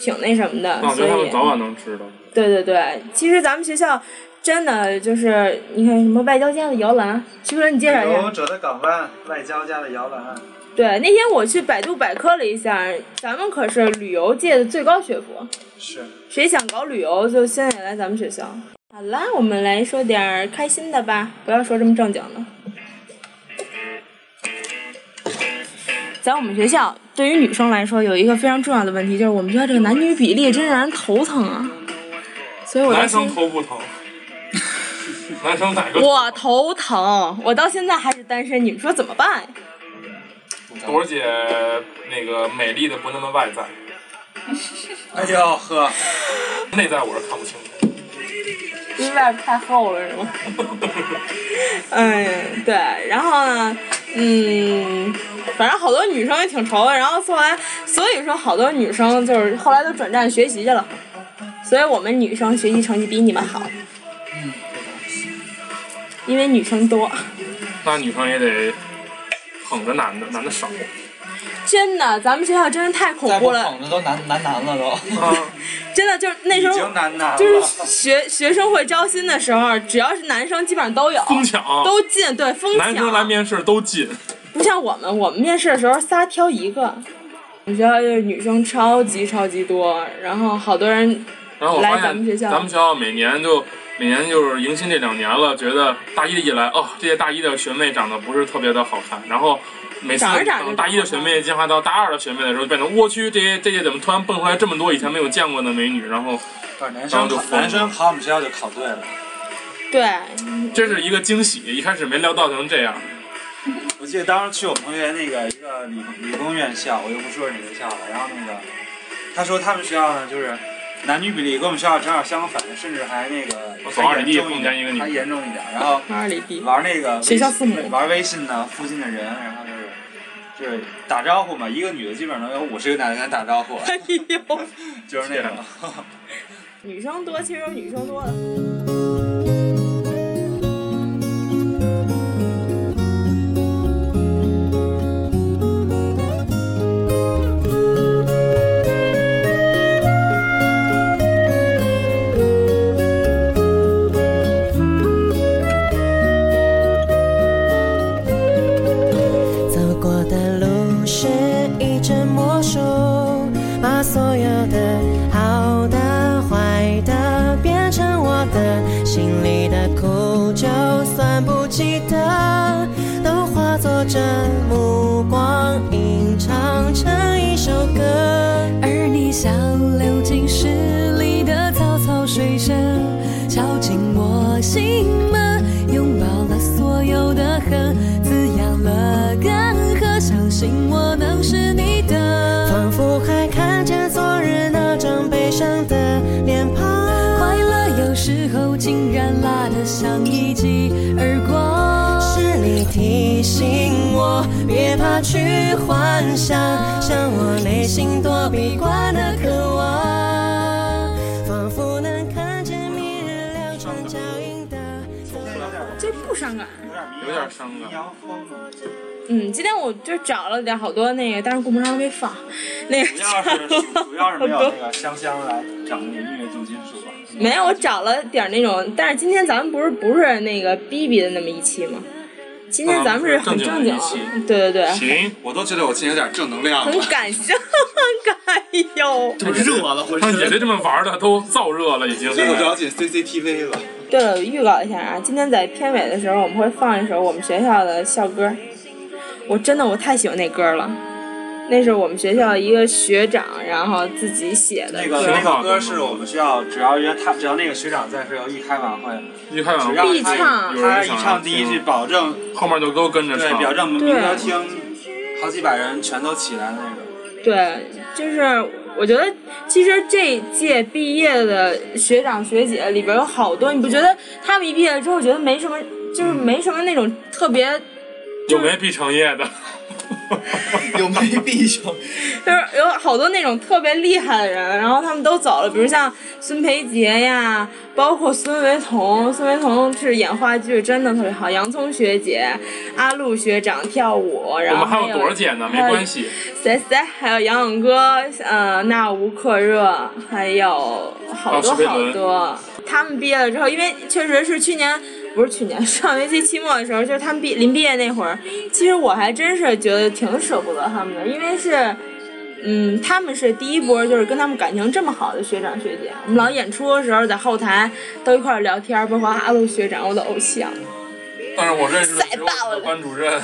[SPEAKER 3] 挺那什么的，
[SPEAKER 4] 那我觉
[SPEAKER 3] 所
[SPEAKER 4] 得他
[SPEAKER 3] 以
[SPEAKER 4] 们早晚能知道。
[SPEAKER 3] 对对对，其实咱们学校真的就是，你看什么外交家的摇篮，徐主任你介绍一
[SPEAKER 8] 游
[SPEAKER 3] 下
[SPEAKER 8] 泳。者的港湾，外交家的摇篮。
[SPEAKER 3] 对，那天我去百度百科了一下，咱们可是旅游界的最高学府，
[SPEAKER 8] 是，
[SPEAKER 3] 谁想搞旅游就先得来咱们学校。好啦，我们来说点儿开心的吧，不要说这么正经的。在我们学校，对于女生来说，有一个非常重要的问题，就是我们学校这个男女比例真让人头疼啊。所以我
[SPEAKER 4] 男
[SPEAKER 3] 当时
[SPEAKER 4] 生头 不疼？男生哪个？
[SPEAKER 3] 我头疼，我到现在还是单身，你们说怎么办呀？
[SPEAKER 4] 朵儿姐那个美丽的不那么外在，
[SPEAKER 6] 哎呦呵，
[SPEAKER 4] 内在我是看不清楚。
[SPEAKER 3] 因为外边太厚了，是吗？嗯，对，然后呢，嗯，反正好多女生也挺愁的，然后后来，所以说好多女生就是后来都转战学习去了，所以我们女生学习成绩比你们好，因为女生多。
[SPEAKER 4] 那女生也得捧着男的，男的少。
[SPEAKER 3] 真的，咱们学校真是太恐
[SPEAKER 5] 再
[SPEAKER 3] 怖
[SPEAKER 5] 不
[SPEAKER 3] 了，
[SPEAKER 5] 捧着都难难难了都。
[SPEAKER 4] 啊，
[SPEAKER 3] 真的就是那时
[SPEAKER 6] 已
[SPEAKER 3] 候
[SPEAKER 6] 经难难了。
[SPEAKER 3] 就是学学生会招新的时候，只要是男生基本上都有，
[SPEAKER 4] 疯抢，
[SPEAKER 3] 都进，对，疯抢。
[SPEAKER 4] 哦男生来面试都进，
[SPEAKER 3] 不像我们，我们面试的时候仨挑一个。我们学校就是女生超级超级多，然后好多人
[SPEAKER 4] 然后我发
[SPEAKER 3] 来咱们学
[SPEAKER 4] 现
[SPEAKER 3] 校
[SPEAKER 4] 咱们学校每年就每年就是迎新这两年了，觉得大一一来，哦，这些大一的学妹长得不是特别的好看，然后。每次
[SPEAKER 3] 长着长着
[SPEAKER 4] 等大一的学妹进化到大二的学妹的时候，就变成我去，这些这些怎么突然蹦出来这么多以前没有见过的美女？然后
[SPEAKER 6] 不是男
[SPEAKER 4] 然后
[SPEAKER 6] 生
[SPEAKER 4] 就
[SPEAKER 6] 考
[SPEAKER 4] 疯了
[SPEAKER 6] 男生考我们学校就考对了。
[SPEAKER 3] 对
[SPEAKER 4] 这是一个惊喜，一开始没料到成这样。
[SPEAKER 6] 我记得当时去我们同学那个一个理理工院校，我就不说是哪个校了。然后那个他说他们学校呢，就是男女比例跟我们学校正好相反，甚至还那个
[SPEAKER 4] 我
[SPEAKER 6] 还
[SPEAKER 4] 走二里地
[SPEAKER 6] 严重一
[SPEAKER 4] 碰见一个
[SPEAKER 6] 点，
[SPEAKER 4] 女
[SPEAKER 6] 还
[SPEAKER 4] 的
[SPEAKER 6] 严重一点。然后
[SPEAKER 3] 马里 地，
[SPEAKER 6] 玩那个
[SPEAKER 3] 学校父母
[SPEAKER 6] 玩微信呢，附近的人，然后就是就是打招呼嘛，一个女的基本上能有五十个男的跟她打招呼，
[SPEAKER 3] 哎呦，
[SPEAKER 6] 就是那种。
[SPEAKER 3] 女生多，其实有女生多的。
[SPEAKER 9] 走过的路是一阵魔术，把所有的好的、坏的变成我的，心里的苦就算不记得，都化作这目光吟唱成一首歌。
[SPEAKER 10] 而你像流进诗里的草草水声，敲进我心门，拥抱了所有的恨，滋养了干涸。相信我能是你的，
[SPEAKER 9] 仿佛还看见昨日那张悲伤的脸庞。
[SPEAKER 10] 快乐有时候竟然辣得像一记耳光。
[SPEAKER 9] 是你提醒我，别怕去幻想，向我内心多闭关的渴望，仿佛能看见明日亮成脚印的。
[SPEAKER 3] 这不伤感。
[SPEAKER 4] 有点啊伤感
[SPEAKER 6] 民谣风了
[SPEAKER 3] 嗯，今天我就找了点好多那个，但是顾不上没放。那个
[SPEAKER 6] 主要是主要是没有那个香香来整那个乐重金属啊吧。
[SPEAKER 3] 没有，我找了点那种，但是今天咱们不是不是那个逼逼的那么一期吗？今天咱们是很
[SPEAKER 4] 正
[SPEAKER 3] 正经
[SPEAKER 4] 经的一期，
[SPEAKER 3] 对对对，
[SPEAKER 4] 行，
[SPEAKER 6] 我都觉得我今天有点正能量
[SPEAKER 3] 很
[SPEAKER 6] 了。
[SPEAKER 3] 感性，哎呦。
[SPEAKER 5] 就热了，浑
[SPEAKER 4] 看姐
[SPEAKER 5] 身。
[SPEAKER 4] 姐这么玩的都燥热了，已经。
[SPEAKER 6] 这个了解 CCTV 了，
[SPEAKER 3] 对了，预告一下啊，今天在片尾的时候我们会放一首我们学校的校歌，我真的我太喜欢那歌了，那是我们学校一个学长然后自己写的
[SPEAKER 6] 那
[SPEAKER 3] 歌
[SPEAKER 6] 个
[SPEAKER 4] 挺
[SPEAKER 6] 那
[SPEAKER 4] 好的
[SPEAKER 6] 个歌是我们学校，只要约他，只要那个学长在，是要一开晚会，
[SPEAKER 4] 一看
[SPEAKER 6] 只要
[SPEAKER 3] 必
[SPEAKER 6] 他
[SPEAKER 3] 唱
[SPEAKER 4] 有
[SPEAKER 6] 他
[SPEAKER 4] 人
[SPEAKER 6] 一
[SPEAKER 4] 想
[SPEAKER 6] 嗯唱第嗯一句，保证
[SPEAKER 4] 后面就都跟着
[SPEAKER 6] 对，
[SPEAKER 4] 唱。
[SPEAKER 6] 表证
[SPEAKER 3] 对
[SPEAKER 6] 民歌厅好几百人全都起来那 个。
[SPEAKER 3] 对，就是我觉得其实这届毕业的学长学姐里边有好多，你不觉得他们一毕业之后觉得没什么，就是没什么那种特别，
[SPEAKER 4] 有没毕成业的？
[SPEAKER 3] 啊
[SPEAKER 8] 有没必胜？
[SPEAKER 3] 就是有好多那种特别厉害的人，然后他们都走了，比如像孙培杰呀，包括孙维彤，孙维彤是演话剧真的特别好，洋葱学姐、阿露学长跳舞，
[SPEAKER 4] 我
[SPEAKER 3] 然后
[SPEAKER 4] 们还有
[SPEAKER 3] 有
[SPEAKER 4] 朵儿姐呢，没关系。
[SPEAKER 3] 谁谁，还有杨永哥，呃，纳吾克热，还有好多
[SPEAKER 4] 啊石佩
[SPEAKER 3] 好
[SPEAKER 4] 伦
[SPEAKER 3] 多。他们毕业了之后，因为确实是去年，不是去年， 上学期期末的时候，就是他们毕临毕业那会儿，其实我还真是觉得挺舍不得他们的，因为是。嗯，他们是第一波，就是跟他们感情这么好的学长学姐。我们老演出的时候，在后台都一块儿聊天，包括阿露学长，我的偶像。
[SPEAKER 4] 但是我认识的只有
[SPEAKER 3] 塞爆
[SPEAKER 4] 我
[SPEAKER 3] 了
[SPEAKER 4] 的班主任，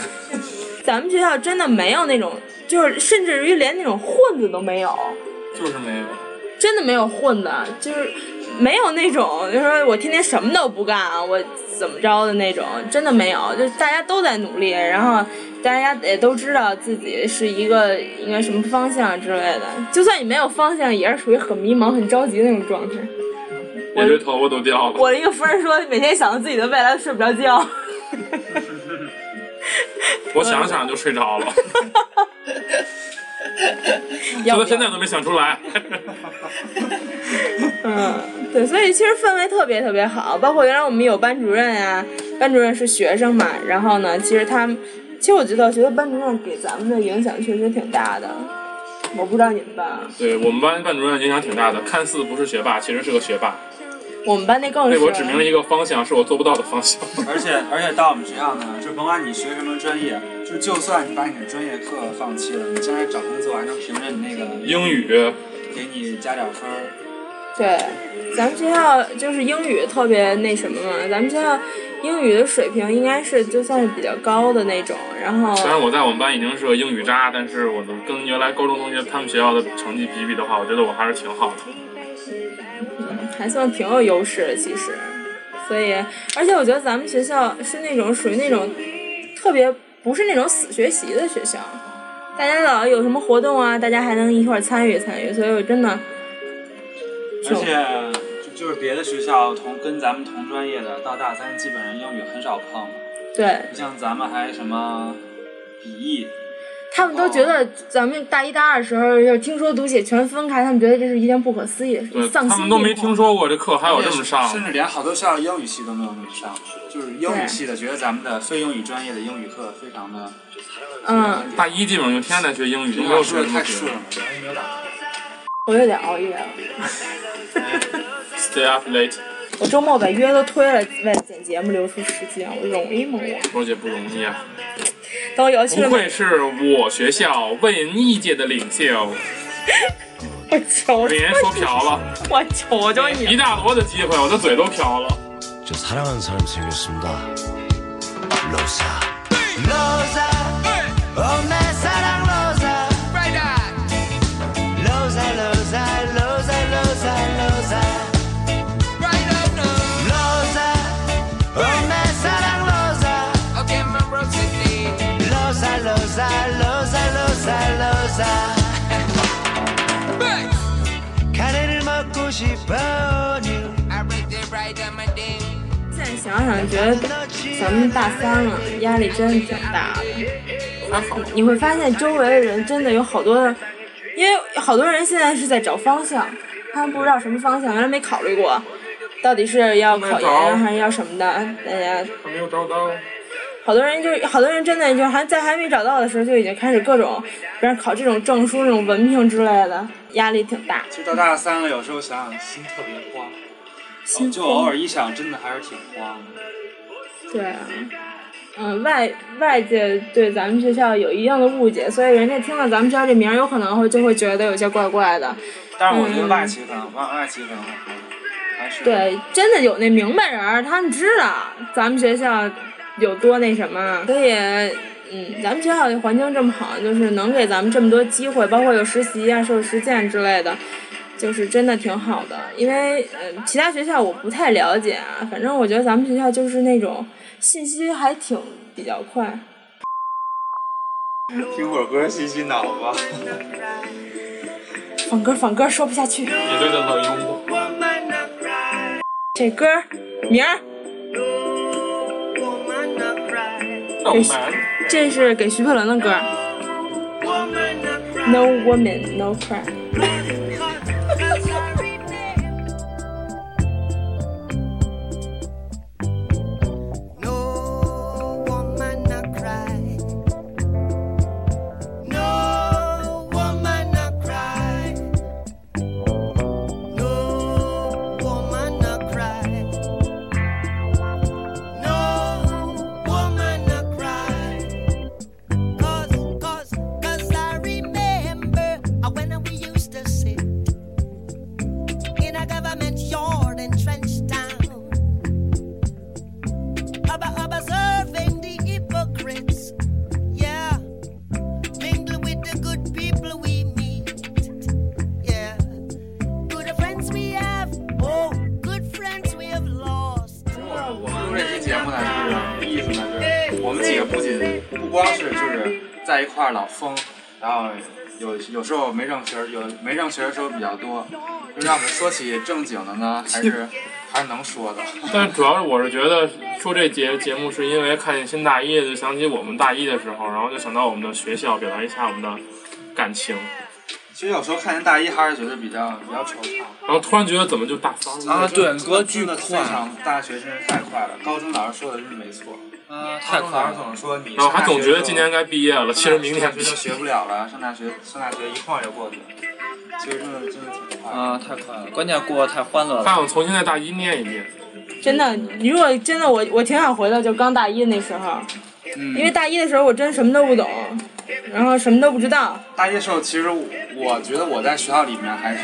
[SPEAKER 3] 咱们学校真的没有那种，就是甚至于连那种混子都没有。
[SPEAKER 4] 就是没有。
[SPEAKER 3] 真的没有混的，就是没有那种，就是说我天天什么都不干啊，我怎么着的那种，真的没有。就是大家都在努力，然后大家也都知道自己是一个应该什么方向之类的。 就算你没有方向，也是属于很迷茫、很着急的那种状态。
[SPEAKER 4] 我这头发都掉了。
[SPEAKER 3] 我的一个 friend 说，每天想着自己的未来睡不着 觉。
[SPEAKER 4] 我想想就 睡着了，
[SPEAKER 3] 要
[SPEAKER 4] 我
[SPEAKER 3] 不要
[SPEAKER 4] 到现在都没想出来。
[SPEAKER 3] 嗯，对，所以其实氛围特别特别好，包括原来我们有班主任啊，班主任是学生嘛，然后呢，其实他们，其实我觉得，我觉得班主任给咱们的影响确实挺大的，我不知道你们班啊，
[SPEAKER 4] 对我们班班主任影响挺大的，看似不是学霸，其实是个学霸，
[SPEAKER 3] 我们班那更
[SPEAKER 4] 为
[SPEAKER 3] 是，
[SPEAKER 4] 我指明了一个方向，是我做不到的方向。
[SPEAKER 6] 而且而且到我们学校呢，就甭管你学什么专业，就就算你把你的专业课放弃了，你将来找工作还能凭着你那个
[SPEAKER 4] 英语
[SPEAKER 6] 给你加点分儿。
[SPEAKER 3] 对，咱们学校就是英语特别那什么嘛，咱们学校英语的水平应该是就算是比较高的那种，然后
[SPEAKER 4] 虽然我在我们班已经是个英语渣，但是我能跟原来高中同学他们学校的成绩比比的话，我觉得我还是挺好的。
[SPEAKER 3] 还算挺有优势的，其实。所以，而且我觉得咱们学校是那种属于那种特别不是那种死学习的学校，大家老有什么活动啊，大家还能一块儿参与参与。所以我真的
[SPEAKER 6] 而且就就是别的学校同跟咱们同专业的，到大三基本上英语很少碰，
[SPEAKER 3] 对
[SPEAKER 6] 不像咱们还什么笔译，
[SPEAKER 3] 他们都觉得咱们大一大二的时候就是听说读写全分开，他们觉得这是一件不可思议的
[SPEAKER 4] 对
[SPEAKER 3] 事，丧心
[SPEAKER 4] 他们都没
[SPEAKER 3] 病狂
[SPEAKER 4] 听说过这课还
[SPEAKER 6] 哦
[SPEAKER 4] 有这么上
[SPEAKER 6] 甚
[SPEAKER 4] 的。
[SPEAKER 6] 至连好多学校英语系都没有那么上，就是英语系的觉得咱们的非英语专业的英语课非常的，
[SPEAKER 3] 嗯，
[SPEAKER 4] 大一基本上就天天在学英语，就
[SPEAKER 6] 你
[SPEAKER 4] 没有
[SPEAKER 6] 老
[SPEAKER 4] 时
[SPEAKER 6] 说的
[SPEAKER 4] 间
[SPEAKER 6] 太
[SPEAKER 4] 学。
[SPEAKER 6] 顺了。
[SPEAKER 3] 我有点熬夜了。
[SPEAKER 4] Stay up late，
[SPEAKER 3] 我周末把约都推了，为了剪节目留出时间，我容易吗？我
[SPEAKER 4] 罗姐不容易啊！
[SPEAKER 3] 等我有去
[SPEAKER 4] 不
[SPEAKER 3] 了，
[SPEAKER 4] 愧是我学校文艺界的领袖，
[SPEAKER 3] 我求
[SPEAKER 4] 被人说瓢了，
[SPEAKER 3] 我求求你
[SPEAKER 4] 一大摞的机会，我的嘴都瓢了。
[SPEAKER 11] 저 사랑하는 사람이 생겼습니다. 로사.
[SPEAKER 7] 로사 어메 사랑 로사 로사 로사 로사 로사 로사 로사 어메 사랑 로사 로사 로사 로사 로사 로사 카레를 먹고 싶어 new
[SPEAKER 3] 现在想想觉得咱们大三了，压力真的挺大的。
[SPEAKER 4] 还好，
[SPEAKER 3] 你会发现周围的人真的有好多的，因为好多人现在是在找方向，他们不知道什么方向，原来没考虑过，到底是要考研啊还是要什么的。哎大家
[SPEAKER 4] 还没有找到。
[SPEAKER 3] 好多人就是好多人真的就是还在还没找到的时候就已经开始各种，比如考这种证书、这种文凭之类的，压力挺大。
[SPEAKER 6] 其实到大三了，有时候想想心特别慌，哦就偶尔一想，真的还是挺慌的。
[SPEAKER 3] 对啊，嗯、外外界对咱们学校有一定的误解，所以人家听了咱们学校这名儿，有可能会就会觉得有些怪怪的。
[SPEAKER 6] 但是我觉得
[SPEAKER 3] 嗯
[SPEAKER 6] 外企可能外外企可能还是
[SPEAKER 3] 对，真的有那明白人儿，他们知道咱们学校有多那什么，所以，嗯，咱们学校的环境这么好，就是能给咱们这么多机会，包括有实习啊、受实践之类的，就是真的挺好的。因为，嗯，其他学校我不太了解啊，反正我觉得咱们学校就是那种信息还挺比较快。
[SPEAKER 6] 听会儿歌洗洗脑吧。
[SPEAKER 3] 放歌放歌，说不下去。
[SPEAKER 4] 也对的冷幽默。
[SPEAKER 3] 这歌儿名儿，
[SPEAKER 4] 浪漫。
[SPEAKER 3] 这是给徐佩伦的歌儿。No woman, no cry。
[SPEAKER 7] No woman a cry. No woman a cry. No woman a cry. No woman a cry. Cause, cause, cause I remember when we used to sit in a government yard in Trench Town. Abba, observing the hypocrites. Yeah. Mingling with the good people we meet. Yeah. Good friends we have. Oh, good friends we have lost.
[SPEAKER 6] 我们录这期节目呢，就是意思呢，就是我们几个不仅不光是就是在一块儿老疯，然后有有时候没正形儿，有没正形儿的时候比较多，就让我们说起正经的 呢，还是还是能说的。
[SPEAKER 4] 但是主要是我是觉得说这节节目是因为看见新大一就想起我们大一的时候，然后就想到我们的学校，表达一下我们的感情，
[SPEAKER 6] 其实有时候看见大一还是觉得比较比较惆怅。
[SPEAKER 4] 然后突然觉得怎么就大三了。
[SPEAKER 5] 啊对格
[SPEAKER 6] 局的非常，大学真是太快了。高中老师说的真是没错，
[SPEAKER 5] 啊，
[SPEAKER 6] 高中老师总是说你
[SPEAKER 4] 然后还总觉
[SPEAKER 6] 上大学
[SPEAKER 4] 得
[SPEAKER 6] 就
[SPEAKER 4] 今年该毕业了，其实明年
[SPEAKER 6] 上大学就学不了了，上大学上大学一晃就过去了，其实真的真的挺快的。
[SPEAKER 5] 啊，太快了，关键过得太欢乐
[SPEAKER 4] 还
[SPEAKER 5] 了。
[SPEAKER 4] 想重新在大一念一念。
[SPEAKER 3] 真的，如果真的我我挺想回到就刚大一那时候，
[SPEAKER 6] 嗯
[SPEAKER 3] 因为大一的时候我真什么都不懂，然后什么都不知道。
[SPEAKER 6] 大一的时候，其实我我觉得我在学校里面还是，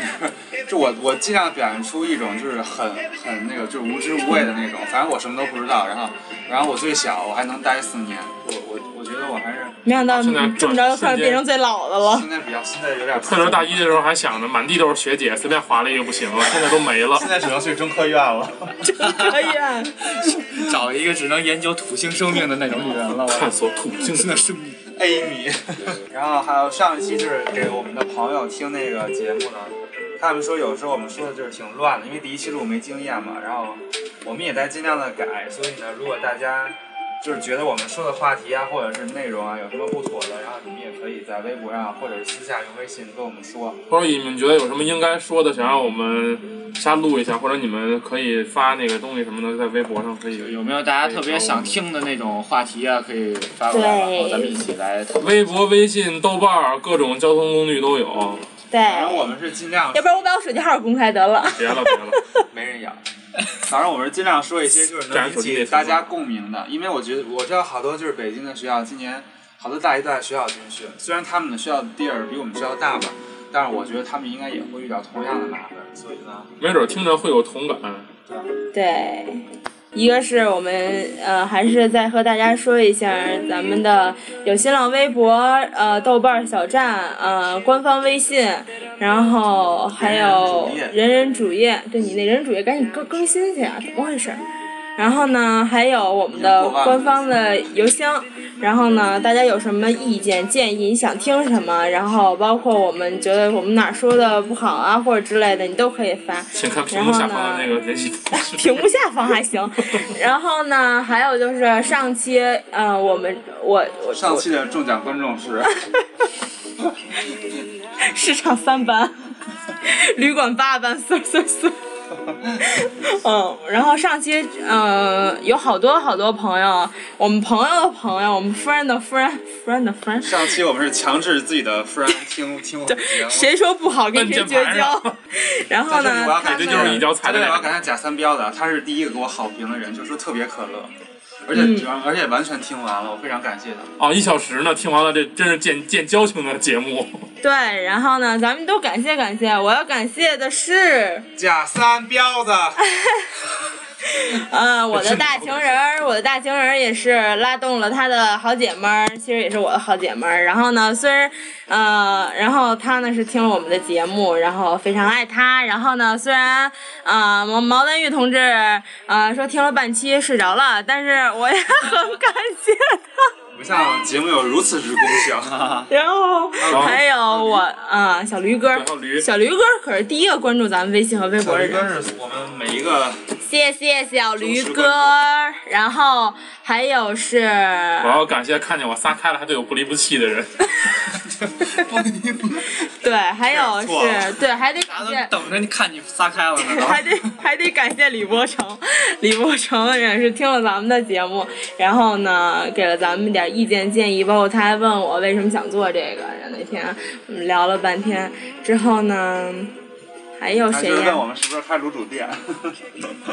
[SPEAKER 6] 就我我尽量表现出一种就是很很那个就是无知无畏的那种，反正我什么都不知道，然后然后我最小，我还能待四年，我我我觉得我还是
[SPEAKER 3] 没想到
[SPEAKER 4] 现在
[SPEAKER 3] 这么着就快变成最老的 了。
[SPEAKER 6] 现在比较现在有点
[SPEAKER 4] 趁着大一的时候还想着满地都是学姐，随便划了一个不行了，现在都没了。
[SPEAKER 6] 现在只能去中科院了。
[SPEAKER 3] 可以啊，
[SPEAKER 5] 找一个只能研究土星生命的那种女人了，
[SPEAKER 4] 探
[SPEAKER 5] 我
[SPEAKER 4] 索土星
[SPEAKER 5] 真
[SPEAKER 4] 的
[SPEAKER 5] 的是命。
[SPEAKER 6] Amy，然后还有上一期就是给我们的朋友听那个节目呢，他们说有时候我们说的就是挺乱的，因为第一期录没经验嘛，然后我们也在尽量的改，所以呢，如果大家就是觉得我们说的话题啊或者是内容啊有什么不妥的，然后你们也可以在微博啊上或者是私下用微信跟我们说。
[SPEAKER 4] 或者你们觉得有什么应该说的，想让我们瞎录一下，或者你们可以发那个东西什么的，在微博上可以。
[SPEAKER 5] 有没有大家特别想听的那种话题啊？可以发过来，
[SPEAKER 3] 对
[SPEAKER 5] 然后咱们一起来讨论。
[SPEAKER 4] 微博、微信、豆瓣儿，各种交通工具都有。
[SPEAKER 3] 对，
[SPEAKER 6] 反正我们是尽量
[SPEAKER 3] 要不然我把我手机号公开得了。
[SPEAKER 4] 别了，别了，
[SPEAKER 6] 没人养。反正我们是尽量说一些就是能引起大家共鸣的，因为我觉得我知道好多就是北京的学校，今年好多大一、大学校军训，虽然他们的学校地儿比我们学校大吧，但是我觉得他们应该也会遇到同样的麻烦，所以呢，
[SPEAKER 4] 没准听着会有同感。
[SPEAKER 3] 对，一个是我们呃，还是再和大家说一下，咱们的有新浪微博、呃豆瓣儿小站、呃官方微信，然后还有人人主页，对你那人人主页赶紧更更新去啊，怎么回事儿？然后呢，还有我们的官方的邮箱。然后呢，大家有什么意见建议，你想听什么？然后包括我们觉得我们哪儿说的不好啊，或者之类的，你都可以发。
[SPEAKER 4] 请看屏幕下方的那个联系方式。
[SPEAKER 3] 屏幕下方还行。然后呢，还有就是上期，呃，我们我我
[SPEAKER 6] 上期的中奖观众是
[SPEAKER 3] 市场三 班，旅馆八班，四四四。嗯，然后上期呃有好多好多朋友，我们朋友的朋友，我们 friend 的 friend friend 的 friend，
[SPEAKER 6] 上期我们是强制自己的 friend 听听我们的节目，
[SPEAKER 3] 谁说不好跟谁
[SPEAKER 4] 摁键
[SPEAKER 3] 绝
[SPEAKER 4] 盘啊
[SPEAKER 3] 交
[SPEAKER 4] 上。
[SPEAKER 3] 然后
[SPEAKER 6] 在这里
[SPEAKER 3] 呢
[SPEAKER 6] 我要，
[SPEAKER 3] 他
[SPEAKER 6] 感
[SPEAKER 4] 这
[SPEAKER 6] 谢
[SPEAKER 4] 就是
[SPEAKER 3] 们
[SPEAKER 4] 你教材
[SPEAKER 6] 在
[SPEAKER 4] 的
[SPEAKER 6] 这里我
[SPEAKER 4] 那
[SPEAKER 6] 要
[SPEAKER 4] 个
[SPEAKER 6] 感谢贾三彪的，他是第一个给我好评的人，就说特别可乐，而且只而且完全听完了，我非常感谢他。
[SPEAKER 4] 哦，一小时呢，听完了这真是见见交情的节目。
[SPEAKER 3] 对，然后呢，咱们都感谢感谢。我要感谢的是，
[SPEAKER 6] 假三彪子，
[SPEAKER 3] 呃，我的大情人儿，我的大情人儿也是拉动了他的好姐们儿，其实也是我的好姐们儿。然后呢，虽然，呃，然后他呢是听了我们的节目，然后非常爱他。然后呢，虽然，呃，毛毛丹玉同志，呃，说听了半期睡着了，但是我也很感谢 他。
[SPEAKER 6] 不像节目有如此之功效。
[SPEAKER 3] 然后还有我，啊、小驴哥，小驴哥可是第一个关注咱们微信和微博
[SPEAKER 6] 小
[SPEAKER 3] 的
[SPEAKER 6] 驴
[SPEAKER 3] 人
[SPEAKER 6] 哥。是 我们每一个
[SPEAKER 3] 谢谢小驴
[SPEAKER 6] 忠实
[SPEAKER 3] 哥，然后还有是，
[SPEAKER 4] 我要感谢看见我撒开了还对我不离不弃的人。
[SPEAKER 3] 对，还有
[SPEAKER 5] 错
[SPEAKER 3] 是
[SPEAKER 5] 了
[SPEAKER 3] 对，还得感谢，。
[SPEAKER 5] 等着你看你撒开了呢
[SPEAKER 3] 还得还得感谢李伯承，李伯承也是听了咱们的节目，然后呢给了咱们点意见建议，包括他还问我为什么想做这个，然后那天我们聊了半天之后呢，还有
[SPEAKER 6] 他
[SPEAKER 3] 谁
[SPEAKER 6] 就是问我
[SPEAKER 3] 呀？
[SPEAKER 6] 们是不是开卤煮 店，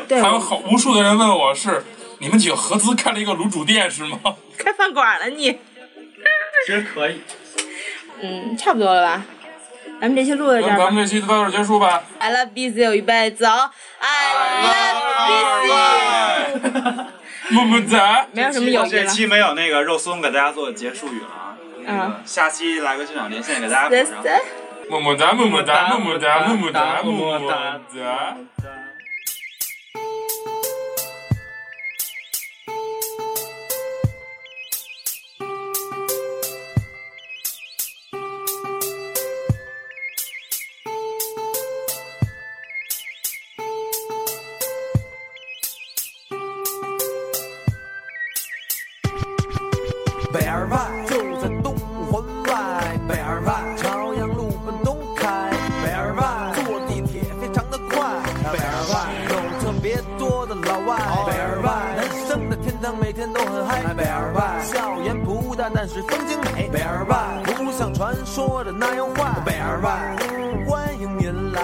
[SPEAKER 3] 对，
[SPEAKER 4] 还有好无数的人问我是你们几个合资开了一个卤煮店是吗？
[SPEAKER 3] 开饭馆了你，
[SPEAKER 4] 其实可以。
[SPEAKER 3] 嗯，差不多了吧，咱们这期录到这
[SPEAKER 4] 那
[SPEAKER 3] 儿吧
[SPEAKER 4] 咱。们这期就到这儿结束
[SPEAKER 6] 嗯
[SPEAKER 4] 吧。
[SPEAKER 3] I love BC 预备走，I love BC，
[SPEAKER 4] 么么哒。
[SPEAKER 3] 没有什么有的
[SPEAKER 6] 这
[SPEAKER 3] 了。
[SPEAKER 6] 期没有那个肉松给大家做结束语了啊。那个
[SPEAKER 3] 嗯
[SPEAKER 6] 下期来个现场连线给大家
[SPEAKER 3] t
[SPEAKER 6] 补上。
[SPEAKER 4] 么么哒，么么哒，么么哒，么么哒，么么哒。
[SPEAKER 12] 北二外就在东五环外，北二外朝阳路奔东开，北二外坐地铁非常的快，北二外有特别多的老外，北二外男生的天堂每天都很嗨，北二外校园不大但是风景美，北二外不像传说的那样坏，北二外欢迎您来，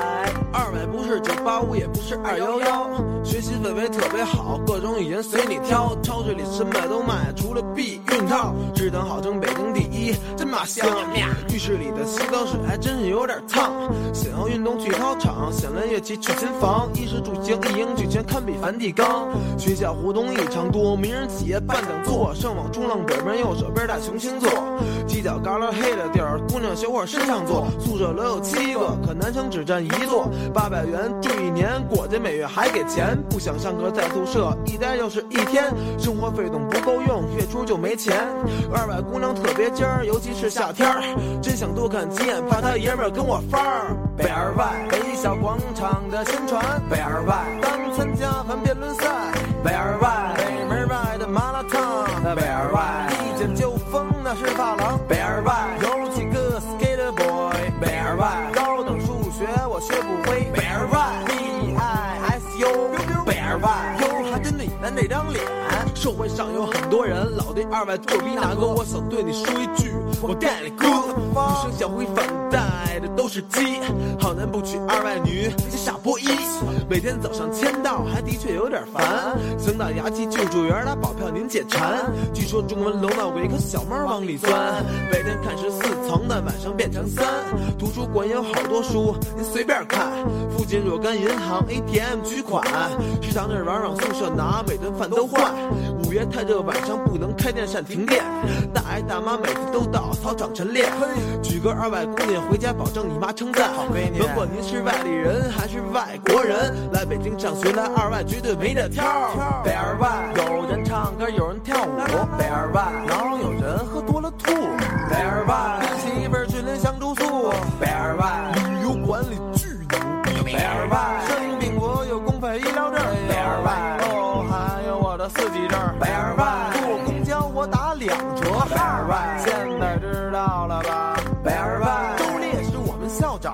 [SPEAKER 12] 二外不是九八五也不是二幺幺，学习氛围特别好，各种语言随你挑，超市里什么都卖，除了避孕套，质量好称北京第一，真妈香。浴室里的洗澡水还真是有点烫，想要运动去操场，想练乐器去琴房，衣食住行一应俱全，堪比梵蒂冈。学校活动异常多，名人企业办讲座，上网冲浪北边右手边大熊星座，犄角旮旯黑了地儿，姑娘小伙身上坐，宿舍楼有七个，可男生只占一座，八百元住一年，果家每月还给钱，不想上课在宿舍一待就是一天，生活费用不够用，月初就没钱。二百姑娘特别尖儿，尤其是夏天儿，真想多看几眼，怕他爷们儿跟我翻儿。北二外北小广场的宣传，北二外当参加完辩论赛，北二外北门外的麻辣烫，北二外一见就疯那是发廊，北二外有几个 skater boy，北二外高等数学我学不会，北二外 B I S U，北二外哟还真得难这张脸，社会上有很多人老对二外作逼大哥，我想对你说一句，我带你哥，女生想回反带的都是鸡，好男不娶二外女，这傻波一，每天早上签到还的确有点烦，想打牙祭救助员打保票您解馋，据说中文楼闹鬼，可小猫往里钻，白天看十四层的，晚上变成三，图书馆有好多书，您随便看，附近若干银行 ATM 取款，食堂这玩意儿往宿舍拿，每顿饭都换。五月太热，晚上不能开电扇，停电。大爷大妈每次都到操场晨练，举个二百姑娘回家，保证你妈称赞。甭管哦您是外地人还是外国人，来北京上学来二外绝对没得挑。北二外有人唱歌，有人跳舞，北二外老有人喝多了吐，北二外跟媳妇儿去林香住宿，北二外旅游管理巨牛逼，北二外生病我有公费医疗证，北二外哦还有我的四级证，北二外坐公交我打两折，北二外现在知道了吧，北二外周烈是我们校长，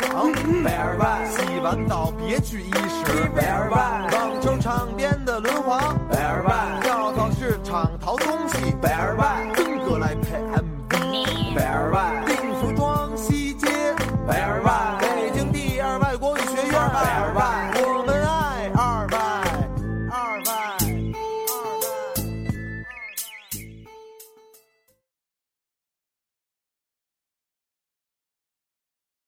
[SPEAKER 12] 北二外嗯洗完澡别去一食，北二外网球场边的轮滑，北二外跳蚤市场淘东西，北二外真哥来陪。